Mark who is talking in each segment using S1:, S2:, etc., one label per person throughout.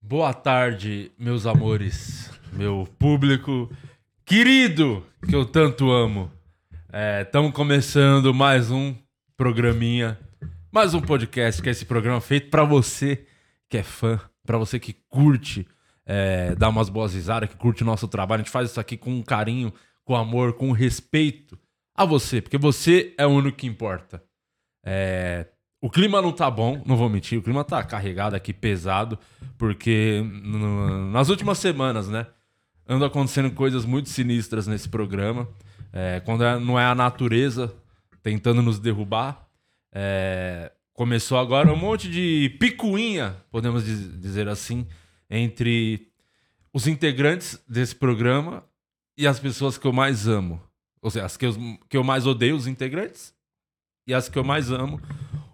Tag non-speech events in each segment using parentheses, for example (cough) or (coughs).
S1: Boa tarde, meus amores, meu público querido que eu tanto amo. Estamos começando mais um programinha, mais um podcast, que é esse programa feito pra você que é fã, pra você que curte é, dar umas boas risadas, que curte o nosso trabalho. A gente faz isso aqui com carinho, com amor, com respeito a você, porque você é o único que importa. É, o clima não tá bom, não vou mentir, o clima tá carregado aqui, pesado, porque no- nas últimas semanas, né? Andam acontecendo coisas muito sinistras nesse programa. É, quando é- não é a natureza tentando nos derrubar. é, começou agora um monte de picuinha, podemos diz- dizer assim, entre os integrantes desse programa e as pessoas que eu mais amo. Ou seja, as que eu, que eu mais odeio, os integrantes, e as que eu mais amo,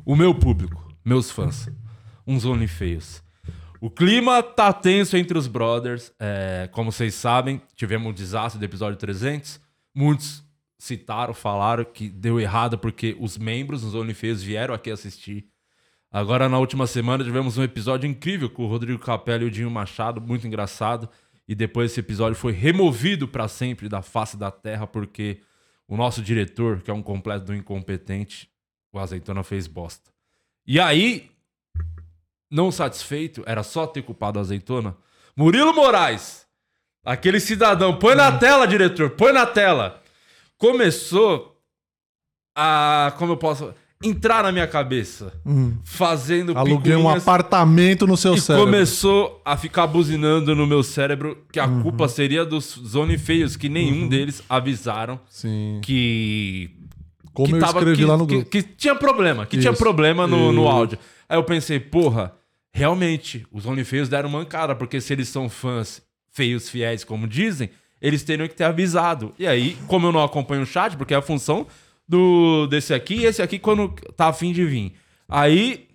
S1: o meu público, meus fãs, uns only feios. O clima tá tenso entre os brothers. é, como vocês sabem, tivemos um desastre do episódio 300. Muitos citaram, falaram que deu errado porque os membros dos only feios vieram aqui assistir. Agora, na última semana, tivemos um episódio incrível com o Rodrigo Capello e o Dinho Machado, muito engraçado. E depois esse episódio foi removido pra sempre da face da terra, porque o nosso diretor, que é um completo do incompetente, o Azeitona fez bosta. E aí, não satisfeito, era só ter culpado a Azeitona, Murilo Moraes, aquele cidadão, põe
S2: Uhum.
S1: na tela, diretor, põe na tela. Começou a, como eu posso, entrar na minha cabeça, fazendo
S2: Uhum. Aluguei um
S1: picuinhas
S2: apartamento no seu
S1: e
S2: cérebro.
S1: começou a ficar buzinando no meu cérebro que a
S2: Uhum.
S1: culpa seria dos Zone Feios, que nenhum deles avisaram
S2: Sim.
S1: que.
S2: Como
S1: que
S2: eu
S1: tava-
S2: escrevi
S1: que-
S2: lá no
S1: que- (laughs)
S2: grupo.
S1: Que, tinha problema, que tinha
S2: Isso.
S1: problema no, no
S2: E-
S1: áudio. Aí eu pensei, porra, realmente, os Zone Feios deram mancada, porque se eles são fãs feios, fiéis, como dizem, eles teriam que ter avisado. E aí, como eu não acompanho o chat, porque é a função do desse aqui, e esse aqui quando tá afim de vir. Aí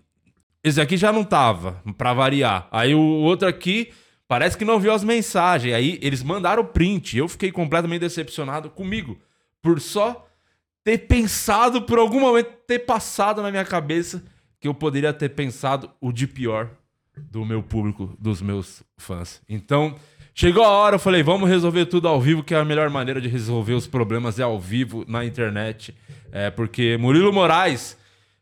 S1: esse aqui já não tava, pra variar. Aí o outro aqui parece que não viu as mensagens. Aí eles mandaram o print. Eu fiquei completamente decepcionado comigo por só ter pensado, por algum momento, ter passado na minha cabeça que eu poderia ter pensado o de pior do meu público, dos meus fãs. Então, chegou a hora, eu falei, vamos resolver tudo ao vivo, que é a melhor maneira de resolver os problemas é ao vivo na internet. É porque Murilo Moraes,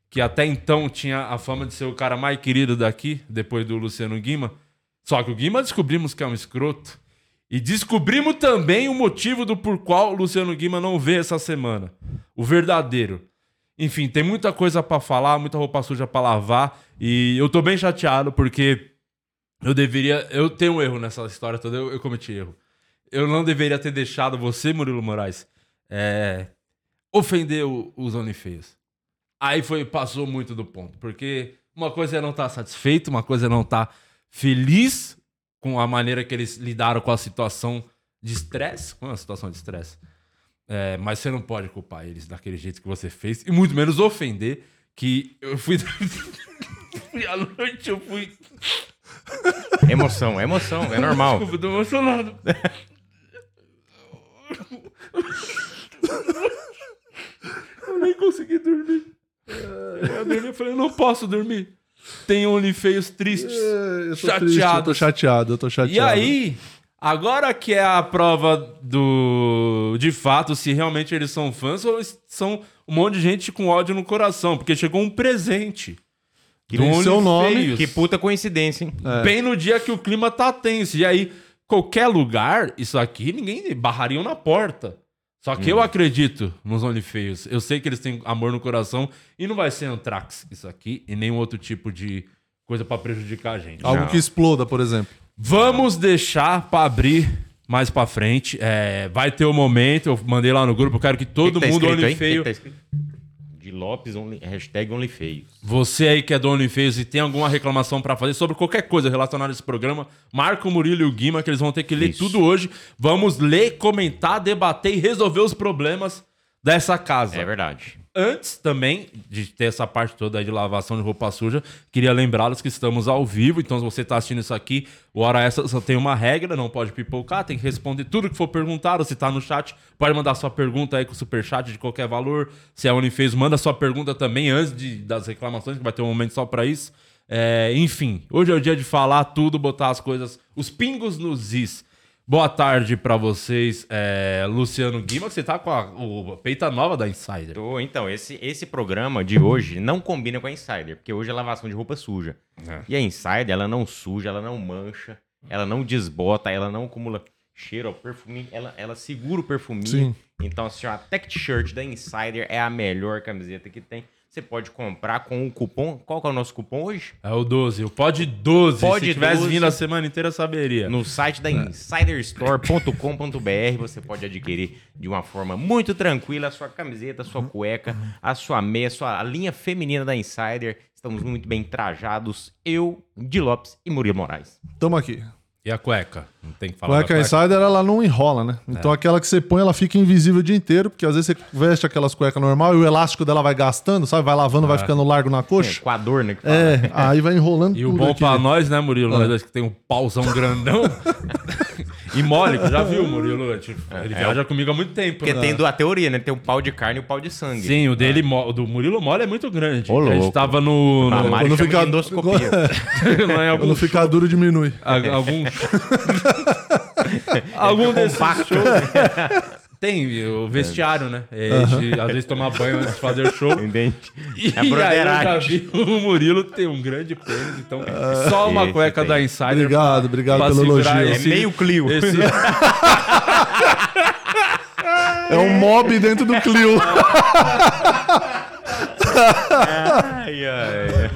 S1: que até então tinha a fama de ser o cara mais querido daqui, depois do Luciano Guima, só que o Guima descobrimos que é um escroto. E descobrimos também o motivo do por qual o Luciano Guima não veio essa semana. O verdadeiro. Enfim, tem muita coisa pra falar, muita roupa suja pra lavar. E eu tô bem chateado porque eu deveria. Eu tenho um erro nessa história toda, eu, eu cometi erro. Eu não deveria ter deixado você, Murilo Moraes, é, ofender o- os OnlyFans. Aí foi, passou muito do ponto. Porque uma coisa é não estar satisfeito, uma coisa é não estar feliz com a maneira que eles lidaram com a situação de estresse. Como é a situação de estresse? É, mas você não pode culpar eles daquele jeito que você fez, e muito menos ofender, que eu fui. (laughs) fui à noite, eu fui.
S3: Emoção, emoção, é
S2: (laughs)
S3: normal.
S1: Desculpa, eu tô emocionado. eu nem consegui dormir. Eu dormi e falei, eu não posso dormir. Tem OnlyFeios tristes.
S2: É, Eu tô
S1: Chateado.
S2: triste, eu tô chateado, eu tô chateado.
S1: E aí, agora que é a prova do. De fato, se realmente eles são fãs ou es- são um monte de gente com ódio no coração, porque chegou um presente.
S3: Que
S1: do
S2: tem seu nome, É.
S1: OnlyFeios.
S3: Que puta coincidência, hein?
S1: Bem no dia que o clima tá tenso. E aí, qualquer lugar, isso aqui, ninguém barrariam na porta. Só que eu
S2: Uhum.
S1: acredito nos OnlyFeios. Eu sei que eles têm amor no coração e não vai ser Antrax isso aqui e nenhum outro tipo de coisa pra prejudicar a gente.
S2: Algo
S3: Não.
S2: que exploda, por exemplo.
S1: Vamos deixar pra abrir mais pra frente. É, vai ter o momento, eu mandei lá no grupo, eu quero que todo
S3: Que que tá
S1: mundo
S3: escrito,
S1: olhe
S3: hein?
S1: feio.
S3: Que que tá escrito? De Lopes, only, hashtag OnlyFeios.
S1: Você aí que é dono e fez e tem alguma reclamação pra fazer sobre qualquer coisa relacionada a esse programa, marca o Murilo e o Guima, que eles vão ter que ler
S3: Isso.
S1: tudo hoje. Vamos ler, comentar, debater e resolver os problemas dessa casa.
S3: É verdade.
S1: Antes também de ter essa parte toda aí de lavação de roupa suja, queria lembrá-los que estamos ao vivo, então se você está assistindo isso aqui, o Hora é Essa só tem uma regra, não pode pipocar, tem que responder tudo que for perguntado, se tá no chat, pode mandar sua pergunta aí com o superchat de qualquer valor, se a Unifez, manda sua pergunta também antes de- das reclamações, que vai ter um momento só para isso. É, enfim, hoje é o dia de falar tudo, botar as coisas, os pingos nos is. Boa tarde pra vocês, é, Luciano Guima, que você tá com a, o- a peita nova da Insider.
S3: Tô, então, esse, esse programa de hoje não combina com a Insider, porque hoje é lavação de roupa suja.
S1: É.
S3: E a Insider, ela não suja, ela não mancha, ela não desbota, ela não acumula cheiro, ó, perfuminho, ela, ela segura o perfuminho.
S2: Sim.
S3: Então, assim, ó, a Tech T-shirt da Insider é a melhor camiseta que tem. Você pode comprar com o cupom. Qual que é o nosso cupom hoje?
S1: É o 12, o pod 12.
S3: Pod
S1: Se tivesse
S3: 12.
S1: vindo a semana inteira, saberia.
S3: No site
S1: É.
S3: da insiderstore.com.br você pode adquirir de uma forma muito tranquila a sua camiseta, a
S1: Uhum.
S3: sua cueca, a sua meia, a, sua, a linha feminina da Insider. Estamos muito bem trajados, eu, Di Lopes e Murilo Moraes.
S2: Tamo aqui.
S1: E a cueca? É. Não tem que falar.
S2: Cueca é
S1: da
S2: Insider, ela não enrola, né? Então aquela que você põe, ela fica invisível o dia inteiro, porque às vezes você veste aquelas cuecas normal e o elástico dela vai gastando, sabe? Vai lavando,
S1: Ah.
S2: vai ficando largo na
S3: É,
S2: coxa.
S3: com a dor, né? Que fala.
S2: É, aí vai enrolando
S1: E o
S2: tudo
S1: bom
S2: aqui. É.
S1: pra nós, né, Murilo? Nós que tem um pauzão grandão
S2: (laughs)
S1: e mole, que já viu, Murilo? Tipo,
S3: É,
S1: ele viaja comigo há muito tempo.
S3: Porque
S1: né?
S3: tem do- a teoria, né? Tem o pau de carne e o pau de sangue.
S1: Sim, o dele, mo- o do Murilo mole é muito grande.
S3: Ô,
S1: a gente
S3: louco.
S1: tava no. (laughs)
S3: A
S1: no-
S3: Mari
S2: Quando
S3: chama
S2: fica-
S3: de endoscopia. (laughs)
S1: lá em algum
S2: Quando ficar duro, diminui.
S1: A- Algum. algum desses
S3: É compacto.
S1: shows. Tem o vestiário, né? É, a gente, às vezes tomar banho antes de fazer show.
S3: Entende?
S1: E
S3: É
S1: aí eu já
S3: broderagem.
S1: vi (laughs) o Murilo tem um grande pênis, então só uma
S3: Ah, esse
S1: cueca
S3: tem.
S1: da Insider.
S2: Obrigado, obrigado
S1: pra
S2: pelo
S1: segurar
S2: elogio.
S1: esse-
S3: É meio Clio.
S1: Esse,
S2: É um mob dentro do
S1: (laughs)
S2: Clio.
S3: Ai, ai.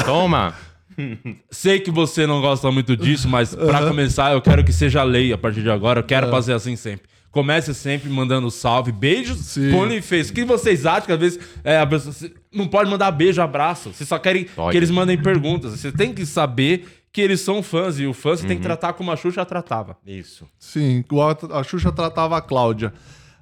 S3: um Toma.
S1: Sei que você não gosta muito disso, mas pra começar, eu quero que seja lei a partir de agora. Eu
S3: Ah.
S1: quero fazer assim sempre. Comece sempre mandando salve, beijos,
S2: Sim.
S1: põe e fez. O que vocês acham que às vezes é, a pessoa se- não pode mandar beijo, abraço? Vocês só querem
S3: Pode.
S1: que eles mandem perguntas. Você tem que saber que eles são fãs e o fã você tem que
S3: Uhum.
S1: tratar como a Xuxa tratava.
S3: Isso.
S2: Sim, igual a- a Xuxa tratava a Cláudia.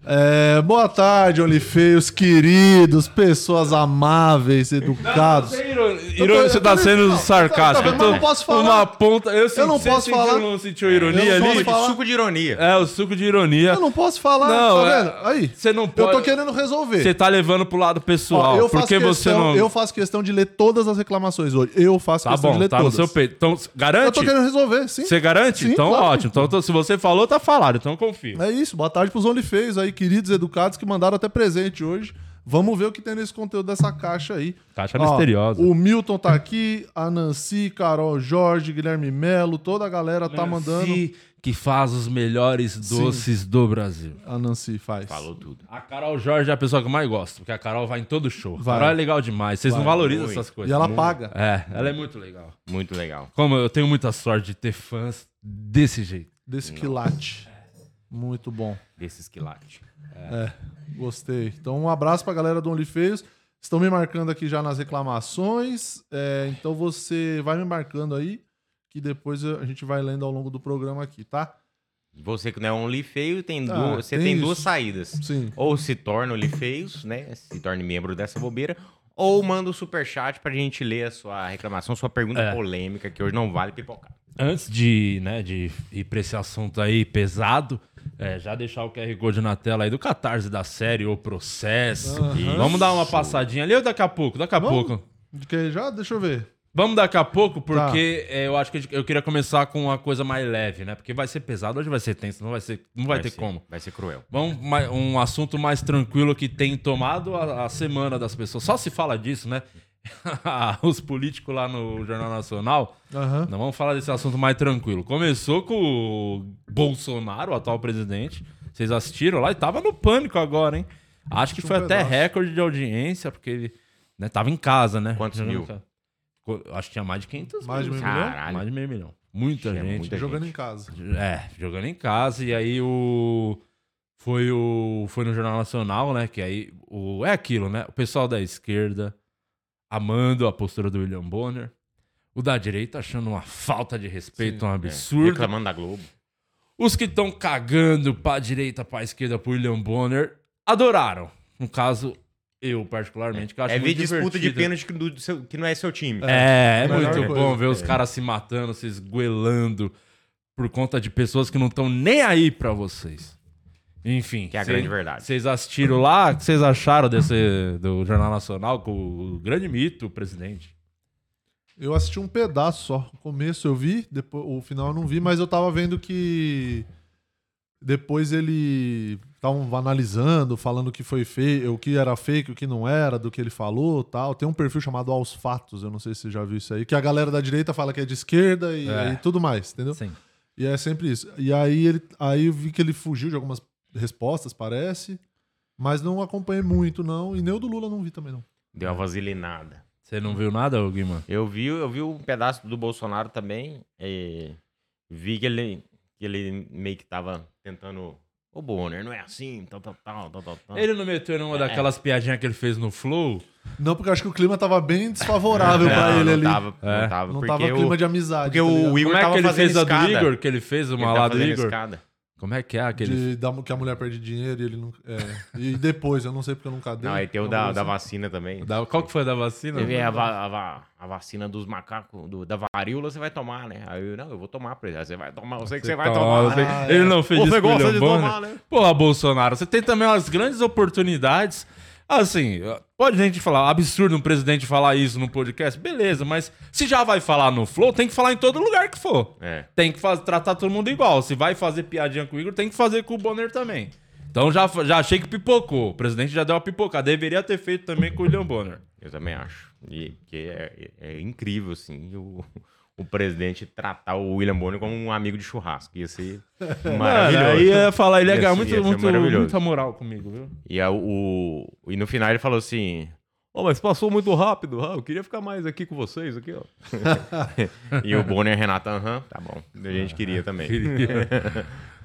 S2: É, boa tarde, Olifeios, queridos, pessoas amáveis, educados.
S1: Irônico, você tá sendo sarcástico.
S2: Mas eu não posso falar.
S1: Uma ponta. Eu, senti-
S2: não
S1: você
S2: posso
S1: sentiu-
S2: falar.
S1: não sentiu ironia
S2: Eu não
S1: ali?
S2: posso falar.
S3: Suco de ironia.
S1: É, o suco de ironia.
S2: Eu não posso falar,
S1: Não,
S2: tá
S1: é-
S2: vendo? Aí,
S1: Você não
S2: eu
S1: pode.
S2: tô querendo resolver.
S1: Você tá levando pro lado pessoal.
S2: Ó, eu, faço
S1: porque você
S2: questão,
S1: não.
S2: eu faço questão de ler todas as reclamações hoje. Eu faço
S1: Tá
S2: questão de
S1: bom,
S2: ler
S1: tá
S2: todas.
S1: no seu peito. Então,
S2: Eu
S1: garante?
S2: tô querendo resolver, sim.
S1: Você garante?
S2: Sim,
S1: então,
S2: claro.
S1: ótimo. Então, então, se você falou, tá falado. Então, eu confio.
S2: É isso, boa tarde pros Olifeios aí, queridos educados que mandaram até presente hoje. Vamos ver o que tem nesse conteúdo dessa caixa aí.
S1: Caixa
S3: Tá
S1: misteriosa.
S2: O Milton tá aqui, a Nancy, Carol Jorge, Guilherme Melo, toda a galera tá mandando.
S1: Nancy, que faz os melhores doces do Brasil.
S2: A Nancy faz.
S3: Falou tudo.
S1: A Carol Jorge é a pessoa que eu mais gosto, porque a Carol vai em todo show.
S2: Vai.
S1: A Carol é legal demais. Vocês não valorizam
S3: Muito.
S1: essas coisas.
S2: E ela
S1: Muito.
S2: paga.
S1: É, ela é muito legal.
S3: Muito legal.
S1: Como eu tenho muita sorte de ter fãs desse jeito.
S2: Desse quilate. Muito bom.
S3: Desses quilates.
S2: Gostei. Então, um abraço pra galera do OnlyFeios. Estão me marcando aqui já nas reclamações. É, então, você vai me marcando aí, que depois a gente vai lendo ao longo do programa aqui, tá?
S3: Você que não é only feio, tem
S2: Ah,
S3: duas, você
S2: tem
S3: tem, duas
S2: isso.
S3: saídas.
S2: Sim.
S3: Ou se torna only feios, né? Se torne membro dessa bobeira. Ou manda o um superchat pra gente ler a sua reclamação, sua pergunta
S1: É.
S3: polêmica, que hoje não vale pipocar.
S1: Antes de, né, de ir pra esse assunto aí pesado, é, já deixar o QR Code na tela aí do Catarse da série ou processo.
S3: Aham.
S1: Vamos dar uma passadinha ali ou daqui a pouco? Daqui a
S2: Vamos?
S1: pouco.
S2: De que já? Deixa eu ver.
S1: Vamos daqui a pouco, porque é, eu acho que eu queria começar com uma coisa mais leve, né? Porque vai ser pesado, hoje vai ser tenso, não vai, ser, não vai, ter
S3: ser-
S1: como.
S3: Vai ser cruel.
S1: Vamos mais- um assunto mais tranquilo que tem tomado a, a semana das pessoas. Só se fala disso, né? (laughs) Os políticos lá no Jornal Nacional.
S2: Aham.
S1: Não vamos falar desse assunto mais tranquilo. Começou com o Bolsonaro, o atual presidente. Vocês assistiram lá e tava no pânico agora, hein? Acho que
S2: Assisti um
S1: foi até
S2: pedaço.
S1: recorde de audiência, porque ele né, tava em casa, né?
S3: Quantos
S1: Jogando
S3: mil?
S1: em casa. Co- Acho que tinha mais de 500
S2: Mais de
S1: mil.
S2: meio milhão?
S3: Caralho.
S1: Mais de meio milhão. Muita
S3: Tinha
S1: gente.
S3: muita
S2: Jogando
S3: gente.
S2: em casa.
S1: É, jogando em casa. E aí o. Foi o. Foi no Jornal Nacional, né? Que aí. O, é aquilo, né? O pessoal da esquerda amando a postura do William Bonner. O da direita achando uma falta de respeito, um
S3: É,
S1: absurdo.
S3: Reclamando da Globo.
S1: Os que estão cagando pra direita, pra esquerda, pro William Bonner, adoraram. No caso, eu particularmente, que eu acho
S3: é ver
S1: muito
S3: disputa de
S1: divertido. né?
S3: pênalti que, do- do seu- que não é seu time.
S1: É, é
S2: Melhor
S1: muito
S2: coisa.
S1: bom ver os caras se matando, se esguelando por conta de pessoas que não estão nem aí pra vocês. Enfim.
S3: Que é a
S1: cê-
S3: grande verdade.
S1: Vocês assistiram lá? O que vocês acharam desse, do Jornal Nacional com o grande mito, o presidente?
S2: Eu assisti um pedaço só. O começo eu vi, depois, o final eu não vi, mas eu tava vendo que depois ele estavam analisando, falando o que foi feio, o que era fake, o que não era, do que ele falou tal. Tem um perfil chamado Aos Fatos, eu não sei se você já viu isso aí, que a galera da direita fala que é de esquerda e,
S1: É.
S2: e tudo mais, entendeu?
S4: Sim.
S2: E é sempre isso. E aí, ele, aí eu vi que ele fugiu de algumas respostas, parece, mas não acompanhei muito, não. E nem o do Lula não vi também,
S3: (laughs)
S2: não.
S3: Deu uma vaselinada.
S1: Você não viu nada, ô Guima?
S3: Eu vi, eu vi um pedaço do Bolsonaro também. e vi que ele, que ele meio que tava tentando. Ô, Bonner, não é assim, tal, tal, tal, tal, tal, tal.
S1: Ele não meteu
S3: É.
S1: nenhuma daquelas piadinhas que ele fez no Flow?
S2: Não, porque eu acho que o clima tava bem desfavorável pra ele
S3: não
S2: ali.
S3: Tava,
S1: É.
S3: Não tava,
S2: não
S3: porque
S2: tava
S3: o-
S2: clima de amizade.
S3: Porque
S2: tá
S3: o
S2: ligado?
S3: Igor
S1: Como é
S3: tava
S1: que ele
S3: fazendo
S1: fez a do
S3: escada.
S1: Igor? Que ele fez
S3: Ele
S1: uma
S3: tava
S1: lá do
S3: fazendo
S1: Igor?
S3: escada.
S1: Como é que é aquele?
S2: De, da, que a mulher perde dinheiro e ele não. é. E depois, eu não sei porque eu nunca dei.
S3: Não, aí tem o
S2: Não,
S3: da,
S2: mas
S3: da
S2: assim,
S3: vacina também.
S1: Da- Qual que foi a da vacina?
S3: Você vê é a, va- a va- a vacina dos macacos, do- da varíola, você vai tomar, né? Aí eu, não, eu vou tomar, presidente. Você vai tomar, eu sei que você vai
S1: Tá, eu
S3: tomar.
S1: sei-
S3: né?
S1: Ele é não fez
S3: Você
S1: isso
S3: gosta
S1: com
S3: de
S1: o Bonner.
S3: tomar, né?
S1: Porra, Bolsonaro, você tem também umas grandes oportunidades. Assim, pode gente falar, absurdo um presidente falar isso num podcast, beleza, mas se já vai falar no Flow, tem que falar em todo lugar que for.
S3: É.
S1: Tem que faz- tratar todo mundo igual. Se vai fazer piadinha com o Igor, tem que fazer com o Bonner também. Então já, fa- já achei que pipocou. O presidente já deu uma pipocada. Deveria ter feito também com o William Bonner.
S3: Eu também acho. E, porque é, é incrível, assim, o, o presidente tratar o William Bonner como um amigo de churrasco.
S1: (laughs)
S3: Ia ser maravilhoso.
S1: Cara, aí é eu ia falar, ele ia
S3: Ia
S1: ganhar
S3: ser- ia
S1: muito,
S3: ser
S1: muito,
S3: maravilhoso.
S1: muita moral comigo, viu?
S3: E, a- o, e no final ele falou assim: Ó, mas passou muito rápido, ah, eu queria ficar mais aqui com vocês,
S1: (laughs)
S3: aqui, ó. e o Bonner e a Renata, aham, tá bom. A gente queria também.
S1: Ah, Queria.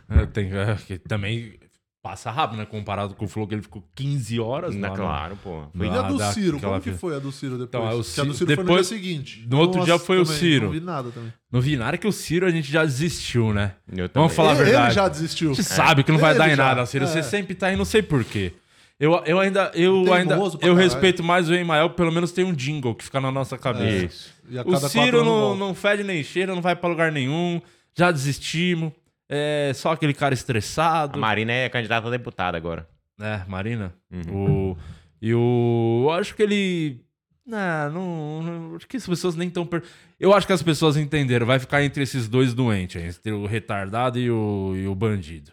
S1: É, (laughs) tem, é, que também passa rápido, né? Comparado com o Flow, que ele ficou 15 horas
S3: Na,
S1: lá.
S3: claro, pô.
S2: E a
S1: Ah,
S2: do
S1: dá
S2: Ciro,
S1: aquela
S2: como que
S1: vida.
S2: foi a do Ciro depois?
S1: Então, é o
S2: Porque a do
S1: Ciro-
S2: Ciro foi no dia
S1: depois-
S2: seguinte.
S1: no outro dia foi o
S2: também,
S1: Ciro.
S2: Não vi nada também.
S1: No Vinar que o Ciro a gente já desistiu, né?
S3: Eu também.
S1: Vamos falar a
S2: Ele-
S1: verdade.
S2: Ele já
S1: A
S2: desistiu.
S1: gente sabe que não vai
S2: Ele
S1: dar em
S2: já-
S1: nada, Ciro.
S2: é.
S1: Você sempre tá aí, não sei porquê. Eu, eu ainda. Eu,
S2: Teimoso
S1: ainda,
S2: pra
S1: eu
S2: caralho.
S1: respeito mais o Emael, pelo menos tem um jingle que fica na nossa
S3: É.
S1: cabeça.
S3: Isso.
S2: E É. a
S1: O
S2: cada quatro
S1: Ciro
S2: anos
S1: não,
S2: volta.
S1: não fede nem cheira, não vai pra lugar nenhum. Já desistimos. É só aquele cara
S3: A
S1: estressado.
S3: Marina é candidata a deputada agora.
S1: né, Marina. O, e o. Eu acho que ele. Não, não, não- Acho que as pessoas nem estão. Per... Eu acho que as pessoas entenderam. Vai ficar entre esses dois doentes, entre o retardado e o, e o bandido.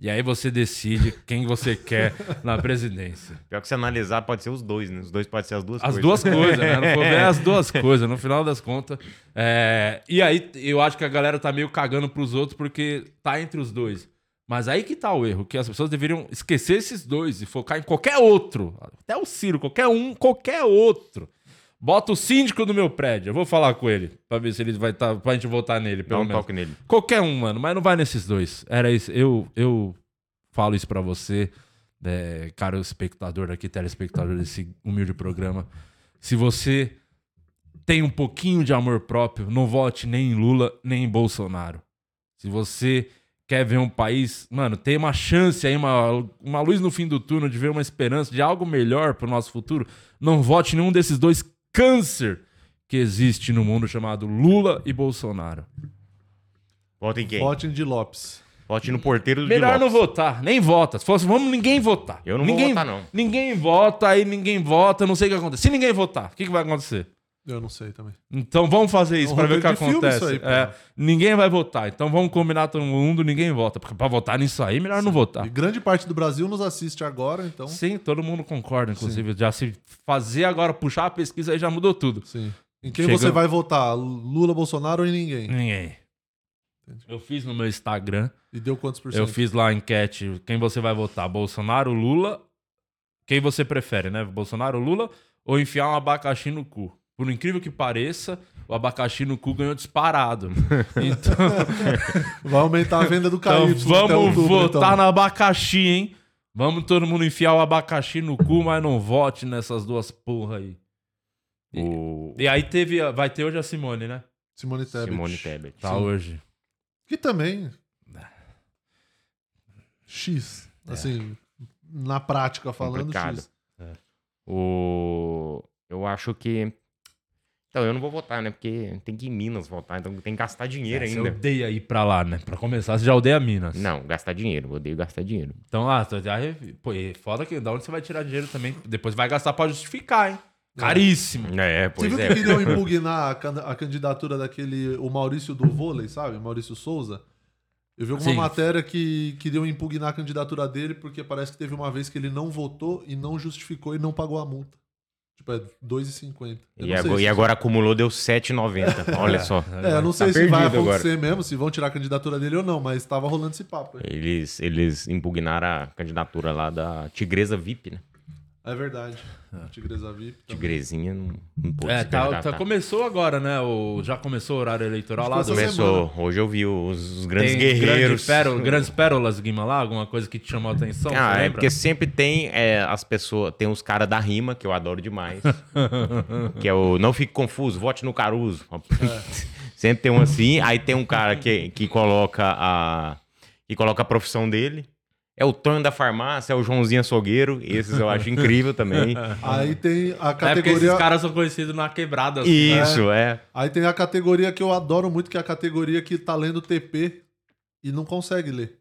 S1: E aí você decide quem você quer na presidência.
S3: Pior que se analisar, pode ser os dois, né? Os dois podem ser as duas
S1: As
S3: coisas.
S1: duas coisas, né? No fundo, é as duas coisas, no final das contas. É, E aí, eu acho que a galera tá meio cagando pros outros porque tá entre os dois. Mas aí que tá o erro, que as pessoas deveriam esquecer esses dois e focar em qualquer outro. Até o Ciro, qualquer um, qualquer outro. Bota o síndico do meu prédio, eu vou falar com ele, pra ver se ele vai estar. Tá, pra gente votar nele,
S3: (laughs) Dá
S1: pelo
S3: um
S1: menos.
S3: toque nele.
S1: Qualquer um, mano, mas não vai nesses dois. Era isso. Eu, eu falo isso pra você, é, cara, espectador aqui, telespectador desse humilde programa. Se você tem um pouquinho de amor próprio, não vote nem em Lula, nem em Bolsonaro. Se você quer ver um país, mano, tem uma chance aí, uma, uma luz no fim do túnel de ver uma esperança de algo melhor pro nosso futuro, não vote em nenhum desses dois câncer que existe no mundo chamado Lula e Bolsonaro.
S3: Vota em quem? Vote,
S2: Vote em de Lopes.
S3: no porteiro do
S1: Melhor não
S3: Lopes.
S1: votar, nem vota. Se fosse, vamos ninguém votar.
S3: Eu não vou
S1: ninguém,
S3: votar, não.
S1: Ninguém vota, aí ninguém vota, não sei o que acontece. Se ninguém votar, o que, que vai acontecer?
S2: Eu não sei também.
S1: Então vamos fazer isso
S2: É um
S1: pra ver o que
S2: roteiro de filme
S1: acontece.
S2: isso aí, pô.
S1: É, ninguém vai votar, então vamos combinar todo mundo, ninguém vota. Porque pra votar nisso aí, melhor não votar.
S2: E grande parte do Brasil nos assiste agora, então.
S1: Tá. Sim, todo mundo concorda, inclusive. Já se fazer agora, puxar a pesquisa aí já mudou tudo.
S2: Sim. Em quem
S1: Chegando-
S2: você vai votar? Lula, Bolsonaro ou em ninguém?
S1: Ninguém. Eu fiz no meu Instagram,
S2: E deu quantos por cento?
S1: eu fiz lá a enquete, quem você vai votar, Bolsonaro, Lula? Quem você prefere, né? Bolsonaro, Lula ou enfiar um abacaxi no cu? Por incrível que pareça, o abacaxi no cu ganhou
S2: (laughs)
S1: disparado. Então,
S2: Vai aumentar a venda do
S1: Então
S2: KY. até
S1: vamos
S2: outubro,
S1: votar
S2: então.
S1: no abacaxi, hein? Vamos todo mundo enfiar o abacaxi no cu, mas não vote nessas duas porra aí.
S3: O
S1: E aí teve, a- vai ter hoje a Simone, né?
S2: Simone Tebet.
S3: Simone Tebet.
S1: Tá
S2: Sim.
S1: hoje.
S2: Que também. X. Assim, na prática falando,
S3: É. Complicado.
S2: X.
S3: O... Eu acho que... Então, eu não vou votar, né? Porque tem que ir em Minas votar, então tem que gastar dinheiro
S2: é
S1: Você
S3: ainda.
S1: odeia ir pra lá, né? Pra começar, você já odeia Minas.
S3: Não, gastar dinheiro. Eu odeio gastar dinheiro.
S1: Então, ah, tô- aí, pô, e foda que da onde você vai tirar dinheiro também. Depois vai gastar pra justificar, hein? Caríssimo.
S3: É,
S2: Você
S3: pois
S2: viu
S3: é.
S2: que queriam impugnar a can- a candidatura daquele, o Maurício do vôlei, sabe? Maurício Souza. Eu vi alguma
S1: Sim.
S2: matéria que queriam impugnar a candidatura dele porque parece que teve uma vez que ele não votou e não justificou e não pagou a multa. Tipo, é 2,50. Eu
S3: E
S2: não sei
S3: agora,
S2: se-
S3: e agora acumulou,
S2: (laughs)
S3: deu 7,90. Olha só.
S2: É, eu não sei
S3: Tá
S2: se vai
S3: perdido agora.
S2: acontecer mesmo, se vão tirar a candidatura dele ou não, mas tava rolando esse papo. aí.
S3: Eles, eles impugnaram a candidatura lá da Tigresa VIP, né?
S2: É verdade.
S3: Ah.
S2: Tigresa VIP. também.
S3: Tigrezinha não, não pôde
S1: É,
S3: se
S1: tá,
S3: candidatar.
S1: tá- começou agora, né? O, já começou o horário eleitoral lá do
S2: Começou
S3: Começou. Hoje eu vi os, os grandes
S1: né? Tem grande
S3: guerreiros.
S1: péro- grandes pérolas, Guima, lá? Alguma coisa que te chamou a atenção?
S3: Ah,
S1: você
S3: é
S1: lembra?
S3: porque sempre tem é, as pessoas, tem os caras da rima, que eu adoro demais. que é o Não Fique Confuso, vote no Caruso. (laughs) sempre tem um assim, aí tem um cara que, que coloca a. que coloca a profissão dele. É o Tonho da farmácia, é o Joãozinho açougueiro. Esses eu acho incrível também.
S2: Aí tem a
S1: É porque esses
S2: categoria.
S1: caras são conhecidos na quebrada. assim, né?
S3: Isso, é.
S2: Aí tem a categoria que eu adoro muito, que é a categoria que tá lendo TP e não consegue
S1: (laughs)
S2: ler.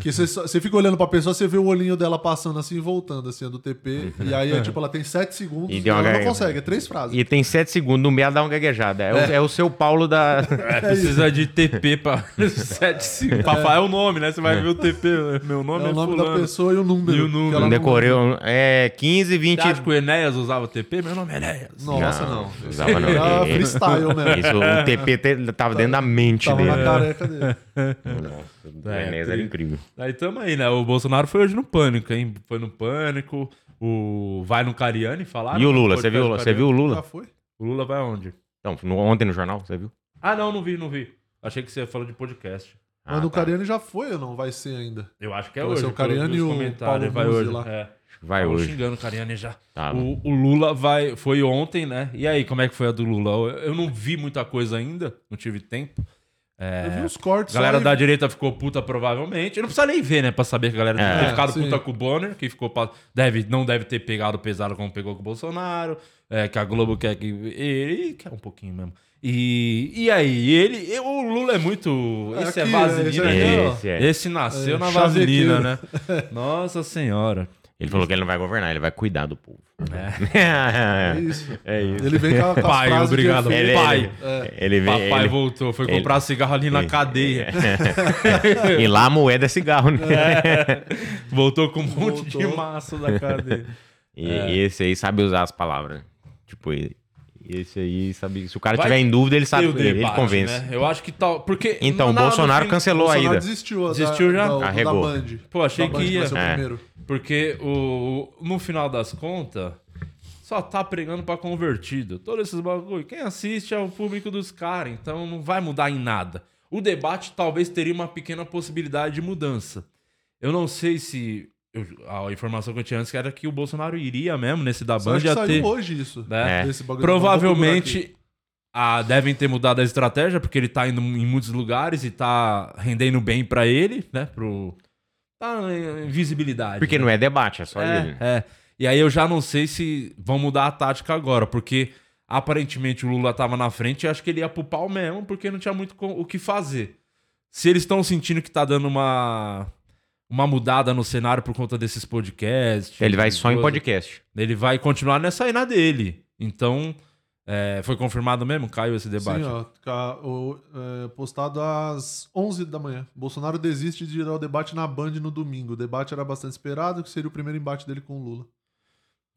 S2: Que você só- você fica olhando pra pessoa, você vê o olhinho dela passando assim e voltando, assim, do TP.
S1: (laughs)
S2: E aí, é, tipo, ela tem 7 segundos
S3: E
S2: e,
S3: deu uma
S2: ela não
S3: gaguejada.
S2: consegue, é três frases.
S3: E tem 7 segundos, no meio ela dá uma gaguejada. É, o- é o seu Paulo da.
S1: É, precisa de TP pra (laughs) 75. Pra falar é o nome, né? Você vai ver o TP. né? Meu
S2: É
S1: nome é,
S2: o nome da
S1: fulano.
S2: pessoa e o número.
S1: E o número.
S2: que ela
S3: Não
S2: não-
S3: decorei. eu- É 15, 20.
S1: Você acha que o Enéas usava TP? Meu nome é Enéas.
S2: Nossa, não.
S3: Usava não.
S2: Era freestyle mesmo.
S3: Isso, o TP te- tava dentro da mente
S2: né? Tava na
S3: dele.
S2: careca dele.
S3: Nossa, o
S1: É,
S3: Enéas era incrível.
S1: Aí tamo aí, né? O Bolsonaro foi hoje no pânico, hein? Foi no pânico. O vai no Cariani falar.
S3: E o Lula, você viu, você viu o
S2: Já
S3: Lula?
S2: foi?
S1: O Lula vai aonde?
S3: Não, no- ontem no jornal, você viu?
S1: Ah, não, não vi, não vi. Achei que você falou de podcast.
S3: Ah,
S2: Mas no
S3: tá.
S2: Cariani já foi ou não vai ser ainda?
S1: Eu acho que é
S2: Vai
S1: hoje.
S2: ser Então o
S1: pelos
S2: Cariani
S1: meus
S2: e o
S1: comentários,
S2: Paulo
S1: vai
S2: Muzy
S1: hoje.
S2: lá.
S1: É.
S3: Vai
S1: Tava
S3: hoje. Ah, tá.
S1: xingando o Cariani já.
S3: Tava.
S1: O, o Lula vai, foi ontem, né? E aí, como é que foi a do Lula? Eu, eu não vi muita coisa ainda, não tive tempo.
S2: Eu vi os cortes.
S1: A É. galera
S2: só
S1: da
S2: e-
S1: direita ficou puta, provavelmente. Eu não precisa nem ver, né? Pra saber que a galera
S3: É,
S1: tem ficado
S2: sim.
S1: puta com o Bonner, que ficou pa- deve, não deve ter pegado pesado como pegou com o Bolsonaro, é, que a Globo quer que. Ele quer um pouquinho mesmo. E, e aí, ele. e O Lula é muito.
S2: É,
S1: Esse é
S2: aqui,
S1: vaselina.
S2: é,
S1: né?
S3: Esse é.
S1: Esse nasceu
S2: É,
S1: na
S2: chavequeiro.
S1: vaselina,
S2: (laughs)
S1: né? Nossa senhora.
S3: Ele falou que ele não vai governar, ele vai cuidar do povo. (laughs)
S2: É
S3: É,
S2: isso.
S3: isso.
S2: Ele vem com a com as
S1: Pai,
S2: frases de
S1: obrigado.
S2: efeito.
S3: Ele,
S1: é
S3: é
S1: Pai. É.
S3: ele, ele vem.
S1: Papai
S3: ele- é.
S1: voltou, foi comprar cigarro ali na cadeia.
S3: (laughs) e lá a moeda é cigarro, né?
S1: Voltou com um monte de
S2: Voltou.
S1: maço da cadeia.
S3: E
S1: É.
S3: e esse aí sabe usar as palavras. Tipo, e- esse aí sabe. Se o cara
S1: Vai
S3: tiver em dúvida, ele sabe.
S1: E o
S3: Ele, ele
S1: debate,
S3: convence.
S1: né? Eu acho que tal. Porque. na-
S3: Então, o
S1: na- no
S3: Bolsonaro
S1: fim-
S3: cancelou
S2: Bolsonaro
S3: ainda.
S2: desistiu, a
S1: Desistiu já?
S2: Da, da,
S3: Arregou.
S2: da Band.
S1: Pô, achei
S2: Da Band
S1: que ia.
S2: vai ser o
S3: É.
S2: primeiro.
S1: Porque o, no final das contas, só tá pregando pra convertido. Todos esses bagulho. Quem assiste é o público dos caras, então não vai mudar em nada. O debate talvez teria uma pequena possibilidade de mudança. Eu não sei se. eu- a informação que eu tinha antes era que o Bolsonaro iria mesmo nesse da
S2: Só
S1: Band
S2: acho que
S1: a
S2: saiu
S1: ter.
S2: hoje isso.
S1: Né?
S3: É.
S2: Esse bagulho. tá Vamos procurar
S1: Provavelmente ah, devem ter mudado a estratégia, porque ele tá indo em muitos lugares e tá rendendo bem pra ele, né? Pro. Tá em visibilidade.
S3: Porque
S1: né?
S3: não é debate, é só ele.
S1: É, é. E aí eu já não sei se vão mudar a tática agora, porque aparentemente o Lula tava na frente e acho que ele ia pro pau mesmo, porque não tinha muito co- o que fazer. Se eles estão sentindo que tá dando uma, uma mudada no cenário por conta desses podcasts.
S3: Ele vai só em
S1: coisa-
S3: podcast.
S1: ele vai continuar nessa aí na dele. Então, é, foi confirmado mesmo? Caiu esse
S2: aqui.
S1: debate.
S2: Sim, ó. ca- o- é, postado às 11 da manhã. Bolsonaro desiste de ir ao debate na Band no domingo. O debate era bastante esperado, que seria o primeiro embate dele com o Lula.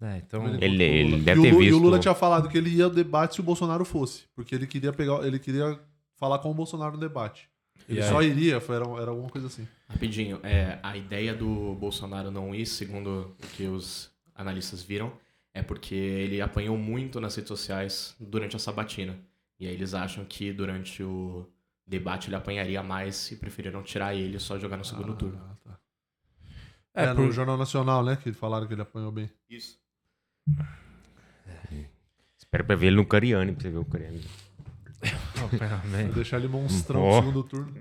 S1: É, então,
S2: O
S3: Ele,
S2: Lula-
S3: ele deve
S2: e o
S3: ter
S2: Lula,
S3: visto.
S2: E o Lula tinha falado que ele ia ao debate se o Bolsonaro fosse. Porque ele queria pegar. Ele queria falar com o Bolsonaro no debate. Ele
S1: E aí?
S2: só iria, foi- era, era alguma coisa assim.
S4: Rapidinho, é, a ideia do Bolsonaro não ir, segundo o que os analistas viram, é porque ele apanhou muito nas redes sociais durante a sabatina. E aí eles acham que durante o debate ele apanharia mais e preferiram tirar ele e só jogar no segundo turno.
S2: Ah, tá.
S1: É,
S2: É,
S1: por-
S2: no Jornal Nacional, né? Que falaram que ele apanhou bem.
S4: Isso.
S3: Espera pra ver ele no Cariani, pra você ver o Cariani.
S2: Vai deixar ele monstrão
S3: Ó.
S2: no segundo turno.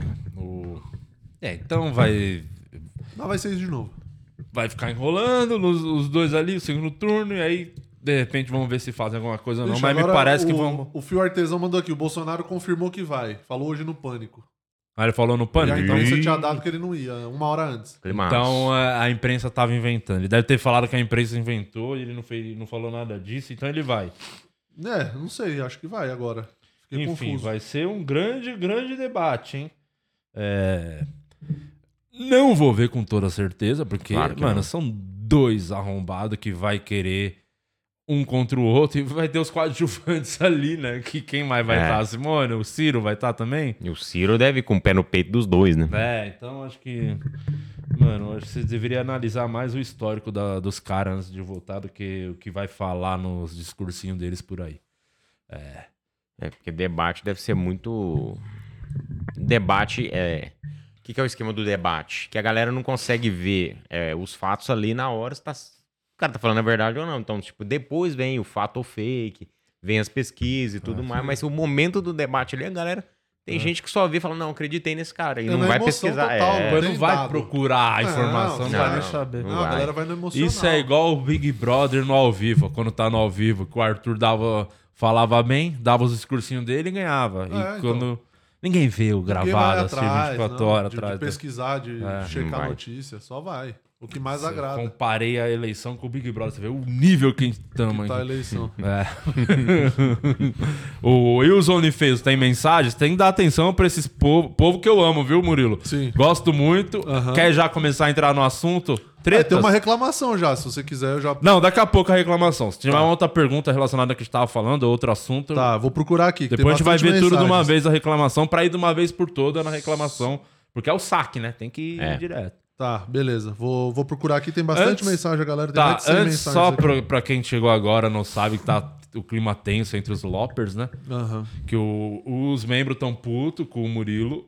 S1: (laughs) o- é, então vai,
S2: Não, vai ser isso de novo.
S1: vai ficar enrolando os, os dois ali, o segundo turno, e aí, de repente, vamos ver se fazem alguma coisa ou não.
S2: Ixi,
S1: Mas me
S2: agora
S1: parece que
S2: o-
S1: vão.
S2: O Fio Artesão mandou aqui. O Bolsonaro confirmou que vai. Falou hoje no Pânico.
S1: Aí ele falou no
S2: E
S1: pânico.
S2: aí,
S1: Então,
S2: então você tinha dado que ele não ia, uma hora antes.
S3: Climaço.
S1: então, a, a imprensa tava inventando. Ele deve ter falado que a imprensa inventou e ele não, fez, não falou nada disso, então ele vai.
S2: É, não sei, acho que vai agora. Fiquei
S1: Enfim,
S2: confuso.
S1: vai ser um grande, grande debate, hein? É... Não vou ver com toda certeza, porque,
S3: Claro que
S1: mano,
S3: não.
S1: são dois arrombados que vai querer um contra o outro e vai ter os coadjuvantes (laughs) ali, né? Que quem mais vai
S3: É.
S1: estar? A Simone, o Ciro vai estar também?
S3: E o Ciro deve ir com o pé no peito dos dois, né?
S1: É, então acho que. Mano, acho que você deveria analisar mais o histórico da- dos caras antes de votar do que o que vai falar nos discursinhos deles por aí.
S3: É, porque debate deve ser muito. Debate é. O que, que é o esquema do debate? Que a galera não consegue ver é, os fatos ali na hora, se tá... o cara tá falando a verdade ou não. Então, tipo, depois vem o fato ou fake, vem as pesquisas e tudo
S1: Ah,
S3: mais, mas o momento do debate ali, a galera. Tem gente que só vê e fala, não, acreditei nesse cara. E
S2: É
S3: não
S2: na
S3: vai
S2: emoção
S3: pesquisar.
S2: total,
S3: é,
S2: né?
S1: Mas não
S2: tem
S1: vai
S2: dado.
S1: procurar a informação, não,
S2: não,
S1: vai
S3: não.
S1: nem saber.
S2: Não,
S3: Não
S2: a
S3: vai.
S2: galera vai no emocional.
S1: Isso é igual o Big Brother no ao vivo, quando tá no ao vivo, que o Arthur dava, falava bem, dava os discursinhos dele e ganhava.
S2: É,
S1: e
S2: então.
S1: quando. Ninguém vê o
S2: Ninguém vai
S1: gravado assim, 24
S2: não,
S1: horas
S2: de,
S1: atrás. né?
S2: De pesquisar, de
S1: É.
S3: Não
S2: checar
S3: vai.
S2: notícia, só vai. O que mais
S1: Eu
S2: agrada.
S1: Comparei a eleição com o Big Brother. Você vê o nível que a gente tama
S2: que tá a
S1: aqui.
S2: eleição.
S1: (laughs) É. o Wilson Unifeso tem mensagens? Tem que dar atenção pra esses povo, povo que eu amo, viu, Murilo?
S2: Sim.
S1: Gosto muito.
S2: Aham.
S1: Quer já começar a entrar no assunto?
S2: É,
S1: Tretas?
S2: tem uma reclamação já, se você quiser eu já...
S1: Não, daqui a pouco a reclamação. Se tiver uma outra pergunta relacionada ao que a gente tava falando, outro assunto,
S2: Tá, vou procurar aqui. que tem
S1: depois a gente vai ver
S2: bastante
S1: tudo de uma
S2: mensagens.
S1: vez a reclamação, pra ir de uma vez por toda na reclamação. Porque é o saque, né? Tem que ir
S3: É.
S1: direto.
S2: Tá, beleza. Vou, vou procurar aqui, tem bastante
S1: Antes-
S2: mensagem, galera. Tem
S1: Tá,
S2: mais de 100
S1: antes,
S2: mensagens
S1: só
S2: aqui.
S1: pra, pra quem chegou agora, não sabe que tá o clima tenso entre os Loppers, né?
S2: Aham.
S1: Que o- os membros tão puto com o Murilo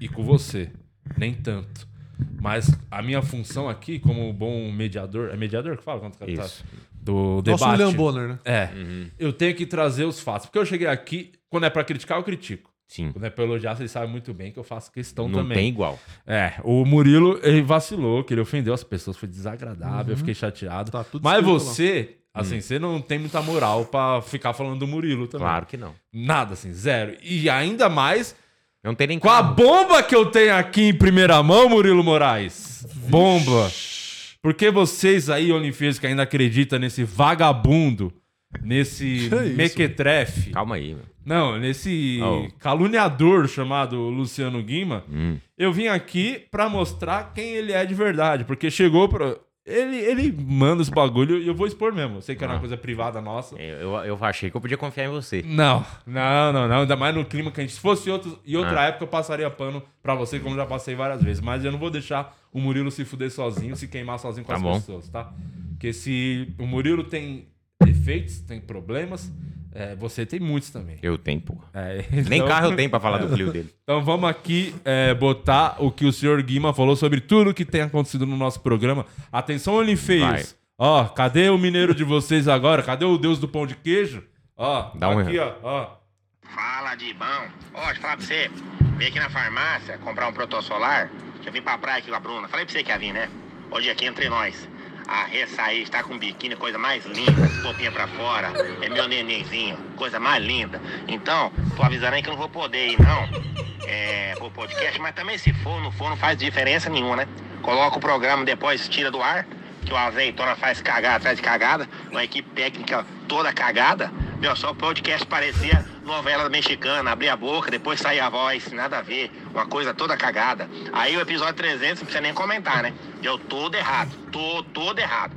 S1: e com você. Nem tanto. Mas a minha função aqui, como bom mediador. É mediador que fala quando os caras tá-
S3: Isso.
S1: Do
S2: Nosso
S1: debate.
S2: William Bonner, né?
S1: É.
S3: Uhum.
S1: Eu tenho que trazer os fatos. Porque eu cheguei aqui, quando é pra criticar, eu critico.
S3: Sim.
S1: Quando é pra elogiar, vocês sabem muito bem que eu faço questão
S3: não
S1: Então também.
S3: tem igual.
S1: É, o Murilo, ele vacilou, que ele ofendeu as pessoas, foi desagradável,
S3: Uhum.
S1: eu fiquei chateado.
S2: Tá tudo
S1: Mas
S2: escrito
S1: você, assim, você não tem muita moral pra ficar falando do Murilo também.
S3: Hum. Claro que não.
S1: Nada, assim, zero. E ainda mais
S3: Não tem nem
S1: com a
S3: como.
S1: bomba que eu tenho aqui em primeira mão, Murilo Moraes. Bomba. Porque vocês aí, Olimpíadas, que ainda acreditam nesse vagabundo, nesse
S2: Que isso?
S1: mequetrefe,
S3: Calma aí, meu.
S1: não, nesse
S3: Oh.
S1: caluniador chamado Luciano Guima,
S3: Hum.
S1: eu vim aqui pra mostrar quem ele é de verdade. Porque chegou pra. Ele, ele manda esse bagulho e eu vou expor mesmo. Eu sei que era uma coisa privada nossa.
S3: Eu, eu, eu achei que eu podia confiar em você.
S1: Não, não, não, não. Ainda mais no clima que a gente. Se fosse outro, em outra
S3: É.
S1: época, eu passaria pano pra você, como já passei várias vezes. Mas eu não vou deixar o Murilo se fuder sozinho, se queimar sozinho com
S3: Tá
S1: as
S3: bom.
S1: pessoas, tá? Porque se o Murilo tem defeitos, tem problemas, é, você tem muitos também.
S3: Eu tenho, porra.
S1: É, (laughs)
S3: Nem
S1: então-
S3: carro eu tenho pra falar do Clio dele.
S1: Então vamos aqui é, botar o que o senhor Guima falou sobre tudo que tem acontecido no nosso programa. Atenção,
S3: Vai.
S1: Olinfeios. Ó, cadê o mineiro de vocês agora? Cadê o deus do pão de queijo? Ó,
S3: Dá um
S1: aqui, ó, ó.
S5: Fala de bom. Ó, deixa eu falar pra você. Vim aqui na farmácia comprar um protosolar. Já vim pra praia aqui com a Bruna. Falei pra você que ia vir, né? Hoje aqui entre nós. A ressaí está com biquíni, coisa mais linda, roupinha pra fora. É meu nenenzinho, coisa mais linda. Então, tô avisando aí que eu não vou poder ir, não. É, pro podcast, mas também se for, não for, não faz diferença nenhuma, né? Coloca o programa, depois tira do ar que o azeitona faz cagada atrás de cagada, uma equipe técnica toda cagada. Meu, só o podcast parecia novela mexicana, abria a boca, depois saía a voz, nada a ver, uma coisa toda cagada. Aí o episódio 300 não precisa nem comentar, né? Deu todo errado, tô todo errado.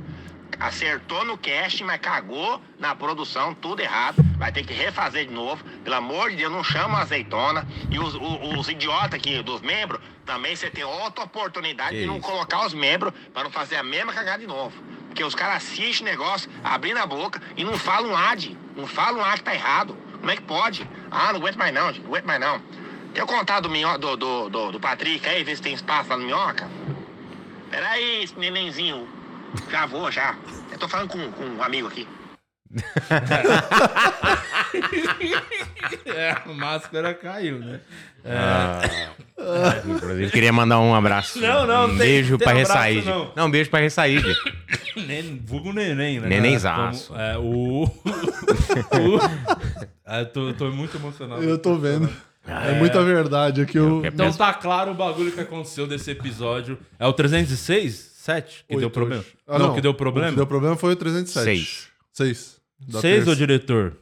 S5: Acertou no cast, mas cagou na produção, tudo errado. Vai ter que refazer de novo. Pelo amor de Deus, não chama a azeitona. E os, o- os idiotas aqui dos membros, também você tem outra oportunidade
S3: Que
S5: de não
S3: isso.
S5: colocar os membros pra não fazer a mesma cagada de novo. Porque os caras assistem negócio, abrindo a boca e não falam um ad. Não falam um ad que tá errado. Como é que pode? Ah, não aguento mais não, gente. Não aguento mais não. Tem o contato do, minho, do, do, do, do Patrick aí, ver se tem espaço lá no Minhoca? Peraí, esse nenenzinho. Gravou já. Eu tô falando com, com um amigo aqui.
S1: É, (laughs) a máscara caiu, (laughs) né?
S3: Inclusive, queria mandar um abraço.
S1: Não, não,
S3: Um
S1: tem-
S3: beijo
S1: tem
S3: pra
S1: abraço,
S3: Ressaíde.
S1: não.
S3: Não. um beijo pra Ressaíde.
S1: Nen, vulgo neném, né?
S3: Nenenzaço.
S1: Como- (laughs) É, o... o- Ah, eu É, tô, tô muito emocionado.
S2: Eu tô vendo.
S1: Ah,
S2: É, muita verdade aqui. Eu...
S3: quero-
S1: Então tá claro o bagulho que aconteceu desse episódio. É o 306? 7? Que
S2: Oito,
S1: deu problema?
S2: oito. Ah,
S1: não, que deu
S2: O que
S1: problema?
S2: deu problema foi o 307.
S3: Seis.
S2: Seis. Da
S1: 6, ô
S2: terça.
S1: diretor?